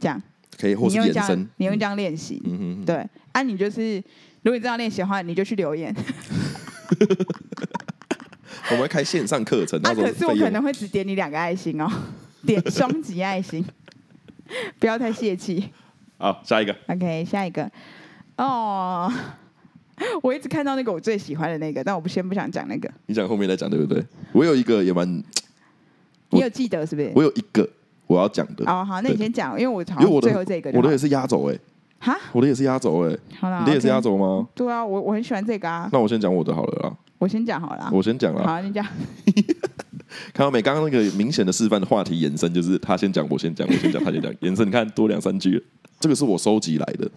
B: 这样
A: 可以或
B: 你
A: 是
B: 用
A: 延
B: 这
A: 伸
B: 样，你用这样练习，
A: 嗯哼，
B: 对，啊，你就是如果你这样练习的话，你就去留言，
A: 我们会开线上课程，
B: 啊，
A: 那时候
B: 可是我
A: 费
B: 可
A: 用
B: 能会只点你两个爱心哦，点双击爱心， 不要太泄气。
A: 好，下一个
B: OK，下一个哦， 我一直看到那个我最喜欢的那个，但我不先不想讲那个，
A: 你讲后面再讲对不对？我有一个也蛮，
B: 你
A: 我
B: 有记得是不是？
A: 我有一个我要讲的，
B: 哦，好，那你
A: 对
B: 先讲，因为我好
A: 因为我
B: 像
A: 的
B: 最后这个就
A: 我的
B: 好
A: 也是压轴哎，
B: 哈，
A: 我的也是压轴哎，
B: 好啦，
A: 你的也是
B: OK
A: 压。轴吗？
B: 对啊，我我很喜欢这个啊，
A: 那我先讲我的好了啦，
B: 我先讲好了啊。
A: 我先讲啦。
B: 好，你讲。
A: 看到没？刚刚那个明显的示范的话题延伸，就是他先讲，我先讲，我先讲，他先 讲，延伸，你看多两三句了。这个是我收集来的，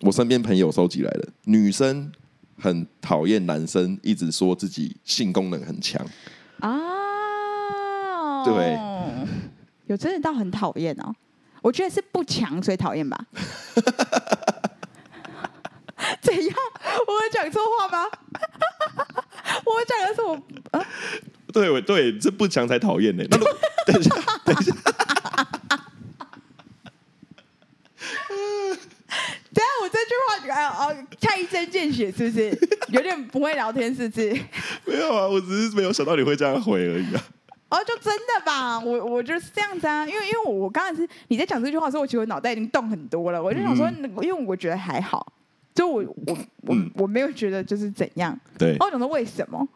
A: 我身边朋友收集来的。女生很讨厌男生一直说自己性功能很强，
B: 啊，
A: 对，
B: 有真的到很讨厌哦。我觉得是不强所以讨厌 吧。怎样？我有讲错话吗？ 我讲的是我
A: 对，我对，这不强才讨厌呢。那如 等一下，
B: 等一啊下我这句话，哦哦，太一针见血 是不是？有点不会聊天是不是？
A: 没有啊，我只是没有想到你会这样回而已啊。
B: 哦，就真的吧，我我就是这样子啊，因为因为我我刚才是你在讲这句话的时候，我觉得我脑袋已经动很多了，我就想说，因为我觉得还好，就我我我、
A: 嗯
B: 我没有觉得就是怎样，
A: 对
B: 哦，我想说为什么，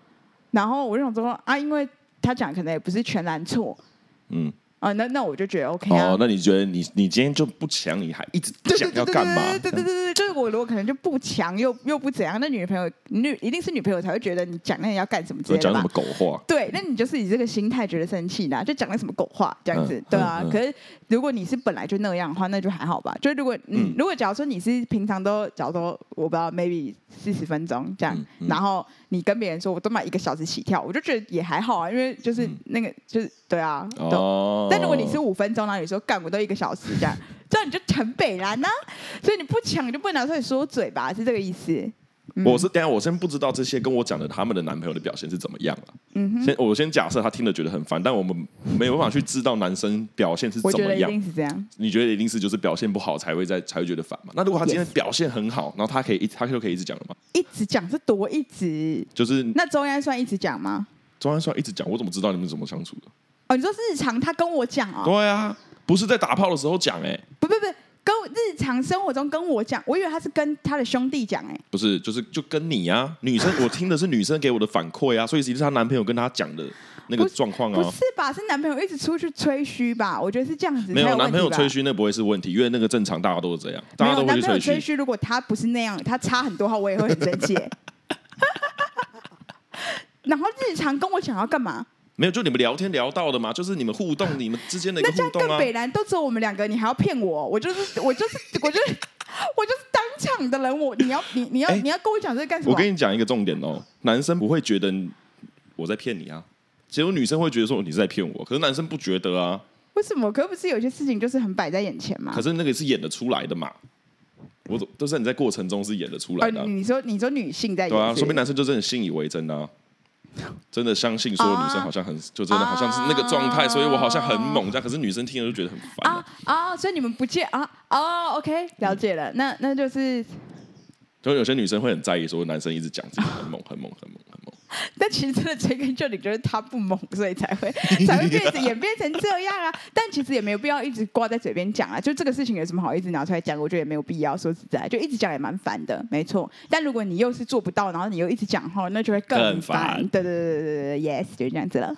B: 然后我就想说啊，因为他讲可能也不是全然错
A: 嗯，
B: 啊、那那我就觉得 OK 啊。
C: 哦，那你觉得你你今天就不强，你还一直
B: 对
C: 讲
B: 对
C: 要
B: 对
C: 干嘛？
B: 对对对
A: 嗯
B: 对对，就是我如果可能就不强又又不怎样，那女朋友女一定是女朋友才会觉得你讲那你要干什么之
C: 怎么
B: 类的
C: 讲
B: 吧
C: 什么？狗话？
B: 对，那你就是以这个心态觉得生气啦，就讲了什么狗话这样子，
A: 嗯
B: 对啊。
A: 嗯嗯
B: 可是如果你是本来就那样的话，那就还好吧。就如果嗯，
A: 嗯
B: 如果假如说你是平常都，假如说我不知道，maybe 四十分钟这样，
A: 嗯嗯
B: 然后你跟别人说我都买一个小时起跳，我就觉得也还好啊，因为就是那个、就是对啊，对
C: 哦，
B: 但如果你是五分钟，然后你说干我都一个小时 这样，这样你就很北蓝呐、所以你不抢你就不能拿出来说嘴吧，是这个意思。嗯
C: 我是等一下我先不知道这些跟我讲的他们的男朋友的表现是怎么样了。啊
B: 嗯哼，
C: 先我先假设他听了觉得很烦，但我们没有办法去知道男生表现是
B: 我
C: 怎
B: 觉
C: 么
B: 得一
C: 样。
B: 定是这样。
C: 你觉得一定是就是表现不好才会在才会觉得烦嘛？那如果他今天
B: Yes
C: 表现很好，然后他可以一他就可以一直讲了嘛？
B: 一直讲是多一直，
C: 就是
B: 那周安算一直讲吗？
C: 中安帅一直讲，我怎么知道你们怎么相处的？
B: 哦，你说日常他跟我讲哦，
C: 对啊，不是在打炮的时候讲哎、
B: 不不不，跟我日常生活中跟我讲，我以为他是跟他的兄弟讲哎、
C: 不是，就是就跟你啊，女生我听的是女生给我的反馈啊，所以 其实她男朋友跟她讲的那个
B: 不是
C: 状况
B: 不
C: 啊。
B: 是吧？是男朋友一直出去吹嘘吧？我觉得是这样子才
C: 没有
B: 问题吧
C: 男朋友吹，嘘那不会是问题，因为那个正常大家都是这样，
B: 没
C: 大家
B: 有
C: 都会
B: 男
C: 去
B: 朋友
C: 吹
B: 吹
C: 嘘。
B: 嘘，如果他不是那样，他差很多的话，我也会很 生气、哎然后日常跟我讲要干嘛？
C: 没有，就你们聊天聊到的嘛，就是你们互动，你们之间的一
B: 那
C: 个
B: 这
C: 互
B: 样
C: 动
B: 更
C: 啊。
B: 北蓝都只有我们两个，你还要骗我？我就是我就是 我就是我就是当场的人，我你要你你要、
C: 哎
B: 你要跟我讲这是干什么？
C: 我跟你讲一个重点哦，男生不会觉得我在骗你啊，只有女生会觉得说哦你是在骗我，可是男生不觉得啊，
B: 为什么？可不是有些事情就是很摆在眼前嘛
C: 可。是那个是演得出来的嘛。我总都是你在过程中是演得出来
B: 哦，
C: 的啊、
B: 你说你说女性在演
C: 对啊，
B: 是不是
C: 说明男生就真的信以为真啊，真的相信说女生好像很，就真的好像是那个状态，
B: 啊
C: 所以我好像很猛这样，可是女生听了就觉得很烦、啊
B: 啊啊，所以你们不见啊哦，OK，了解了，那那就是
A: 可能有些女生会很在意，说男生一直讲自己很猛、很猛、很猛、很猛。
B: 但其实真的追根究底，就是他不猛，所以才会才 会变成演变成这样啊。但其实也没有必要一直挂在嘴边讲啊，就这个事情有什么好一直拿出来讲？我觉得也没有必要。说实在，就一直讲也蛮烦的，没错。但如果你又是做不到，然后你又一直讲哈，那就会
A: 更
B: 烦。
A: 烦
B: 对对对对对对，yes，就是这样子了。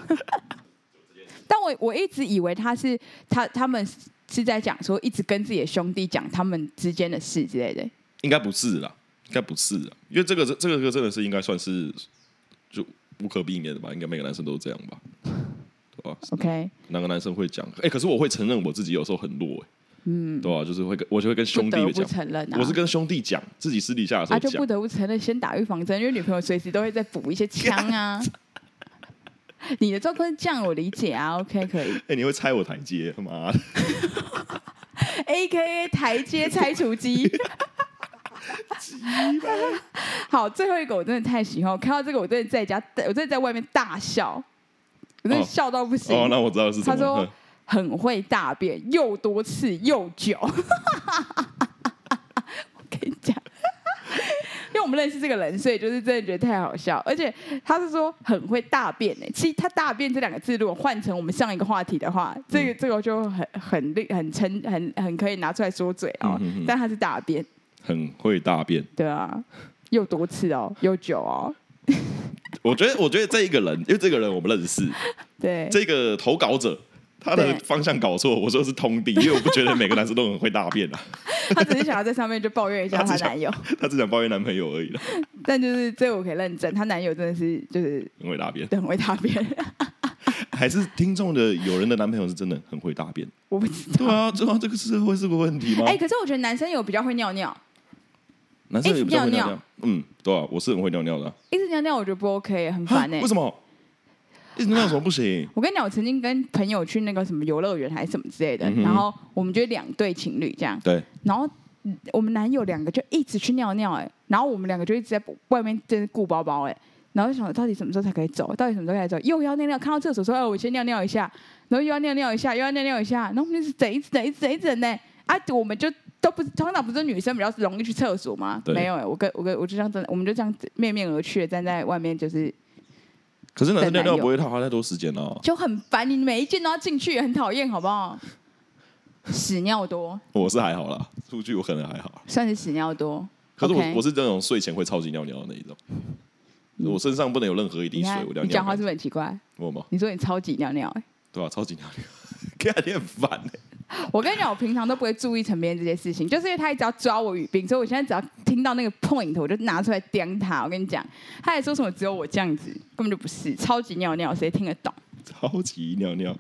B: 但我我一直以为他是他他们是在讲说，一直跟自己的兄弟讲他们之间的事之类的。
A: 应该不是啦，应该不是啦，因为这个是这个真的是应该算是就无可避免的吧，应该每个男生都是这样吧，对吧？
B: OK，
A: 哪个男生会讲？哎、可是我会承认我自己有时候很弱、欸，
B: 嗯，
A: 对吧、就是会跟我就会跟兄
B: 不
A: 弟
B: 得不
A: 讲，
B: 承认啊，
A: 我是跟兄弟讲，自己私底下的时
B: 啊，
A: 候
B: 就
A: 讲
B: 不，得不承认，先打预防针，因为女朋友随时都会再补一些枪 啊。你的状况是这样，我理解啊，OK 可以
A: 哎、你会拆我台阶，他妈的！
B: ，A K A 台阶拆除机。好，最后一个我真的太喜欢，我看到这个我真的在家，我真的在外面大笑，我真的
A: 哦
B: 笑到不行。
A: 哦，那我知道是什
B: 他
A: 么
B: 说
A: 了。
B: 很会大便，又多次又久。 我跟你讲，因为我们认识这个人，所以就是真的觉得太好笑。而且他是说很会大便呢、其实他“大便”这两个字，如果换成我们上一个话题的话，这个
A: 嗯
B: 这个就很很厉很称很很可以拿出来说嘴
A: 嗯
B: 哦。
A: 哼哼
B: 但他是大便，
A: 很会大便。
B: 对啊，又多次哦，又久哦，
A: 我觉得，我觉得这一个人，因为这个人我们认识，
B: 对。
A: 这个投稿者他的
B: 对
A: 方向搞错，我说是通 敌，因为我不觉得每个男生都很会大便啊，
B: 他只是想要在上面就抱怨一下
A: 他
B: 她
A: 只想
B: 男友，
A: 他只想抱怨男朋友而已啦，
B: 但就是这我可以认证，她男友真的是就是
A: 很会大便。
B: 很会大便。
A: 还是听众的有人的男朋友是真的很会大便？
B: 我不知
A: 对
B: 道。
A: 啊，对啊，这个社会是个问题吗？
B: 哎、可是我觉得男生有比较会尿尿，
A: 男生也比较会
B: 哎
A: 尿
B: 尿尿
A: 尿，嗯，对啊，我是很会尿尿的啊。
B: 一直尿尿我觉得不 OK，很烦哎、
A: 为什么？一直尿有什么不行？
B: 我跟你讲，我曾经跟朋友去那个什么游乐园还是什么之类的，
A: 嗯哼
B: 然后我们就两对情侣这样，
A: 对，
B: 然后嗯我们男友两个就一直去尿尿哎、然后我们两个就一直在外面真是顾包包哎、然后就想到底什么时候才可以走，到底什么时候才可以走，又要尿尿，看到厕所说哎、我先尿尿一下，然后又要尿尿一下，又要尿尿一下，然后我们就是等一直等一直等一直等呢、啊，我们就都不是通常不是女生比较容易去厕所吗？
A: 对
B: 没有哎、我跟我跟我就这样真的，我们就这样子面面而去地站在外面，就是
A: 可是男生尿
B: 在男
A: 尿
B: 友
A: 不会花太多时间哦。
B: 就很烦，你每一件都要进去，也很讨厌，好不好？屎尿多，
A: 我是还好啦，出去我可能还好，
B: 算是屎尿多。
A: 可是我
B: OK
A: 我是那种睡前会超级尿尿的那一种，我身上不能有任何一滴
B: 你
A: 水
B: 看，，
A: 我一定要
B: 你
A: 尿
B: 讲话
A: 干
B: 是
A: 净。
B: 不是很奇怪？
A: 我吗？
B: 你说你超级尿尿、欸，
A: 对啊，超级尿 尿，看你很烦欸
B: 我跟你讲，我平常都不会注意陈边这些事情，就是因为他一直要抓我语病，所以我现在只要听到那个 point，我就拿出来刁他。我跟你讲，他还说什么只有我这样子，根本就不是超级尿尿，谁听得懂？
A: 超级尿尿，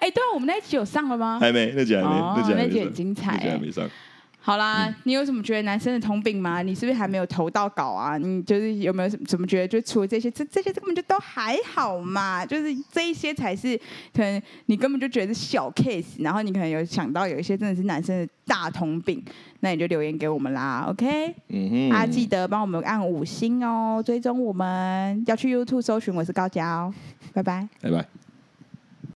B: 哎、对啊，我们那一集有上了吗？
A: 还没，那集还没，
B: 啊哦
A: 集还
B: 那
A: 没
B: 集
A: 上，
B: 很精彩
A: 那集
B: 欸
A: 还没上。
B: 好啦，你有什么觉得男生的通病吗？你是不是还没有投到稿啊？你就是有没有什么怎么觉得，就除了这些，这这些根本就都还好嘛，就是这一些才是可能你根本就觉得是小 case，然后你可能有想到有一些真的是男生的大通病，那你就留言给我们啦，OK？、
A: 嗯哼，
B: 啊，记得帮我们按五星哦，追踪我们，要去 YouTube 搜寻我是高佳哦，拜拜。
A: 拜拜。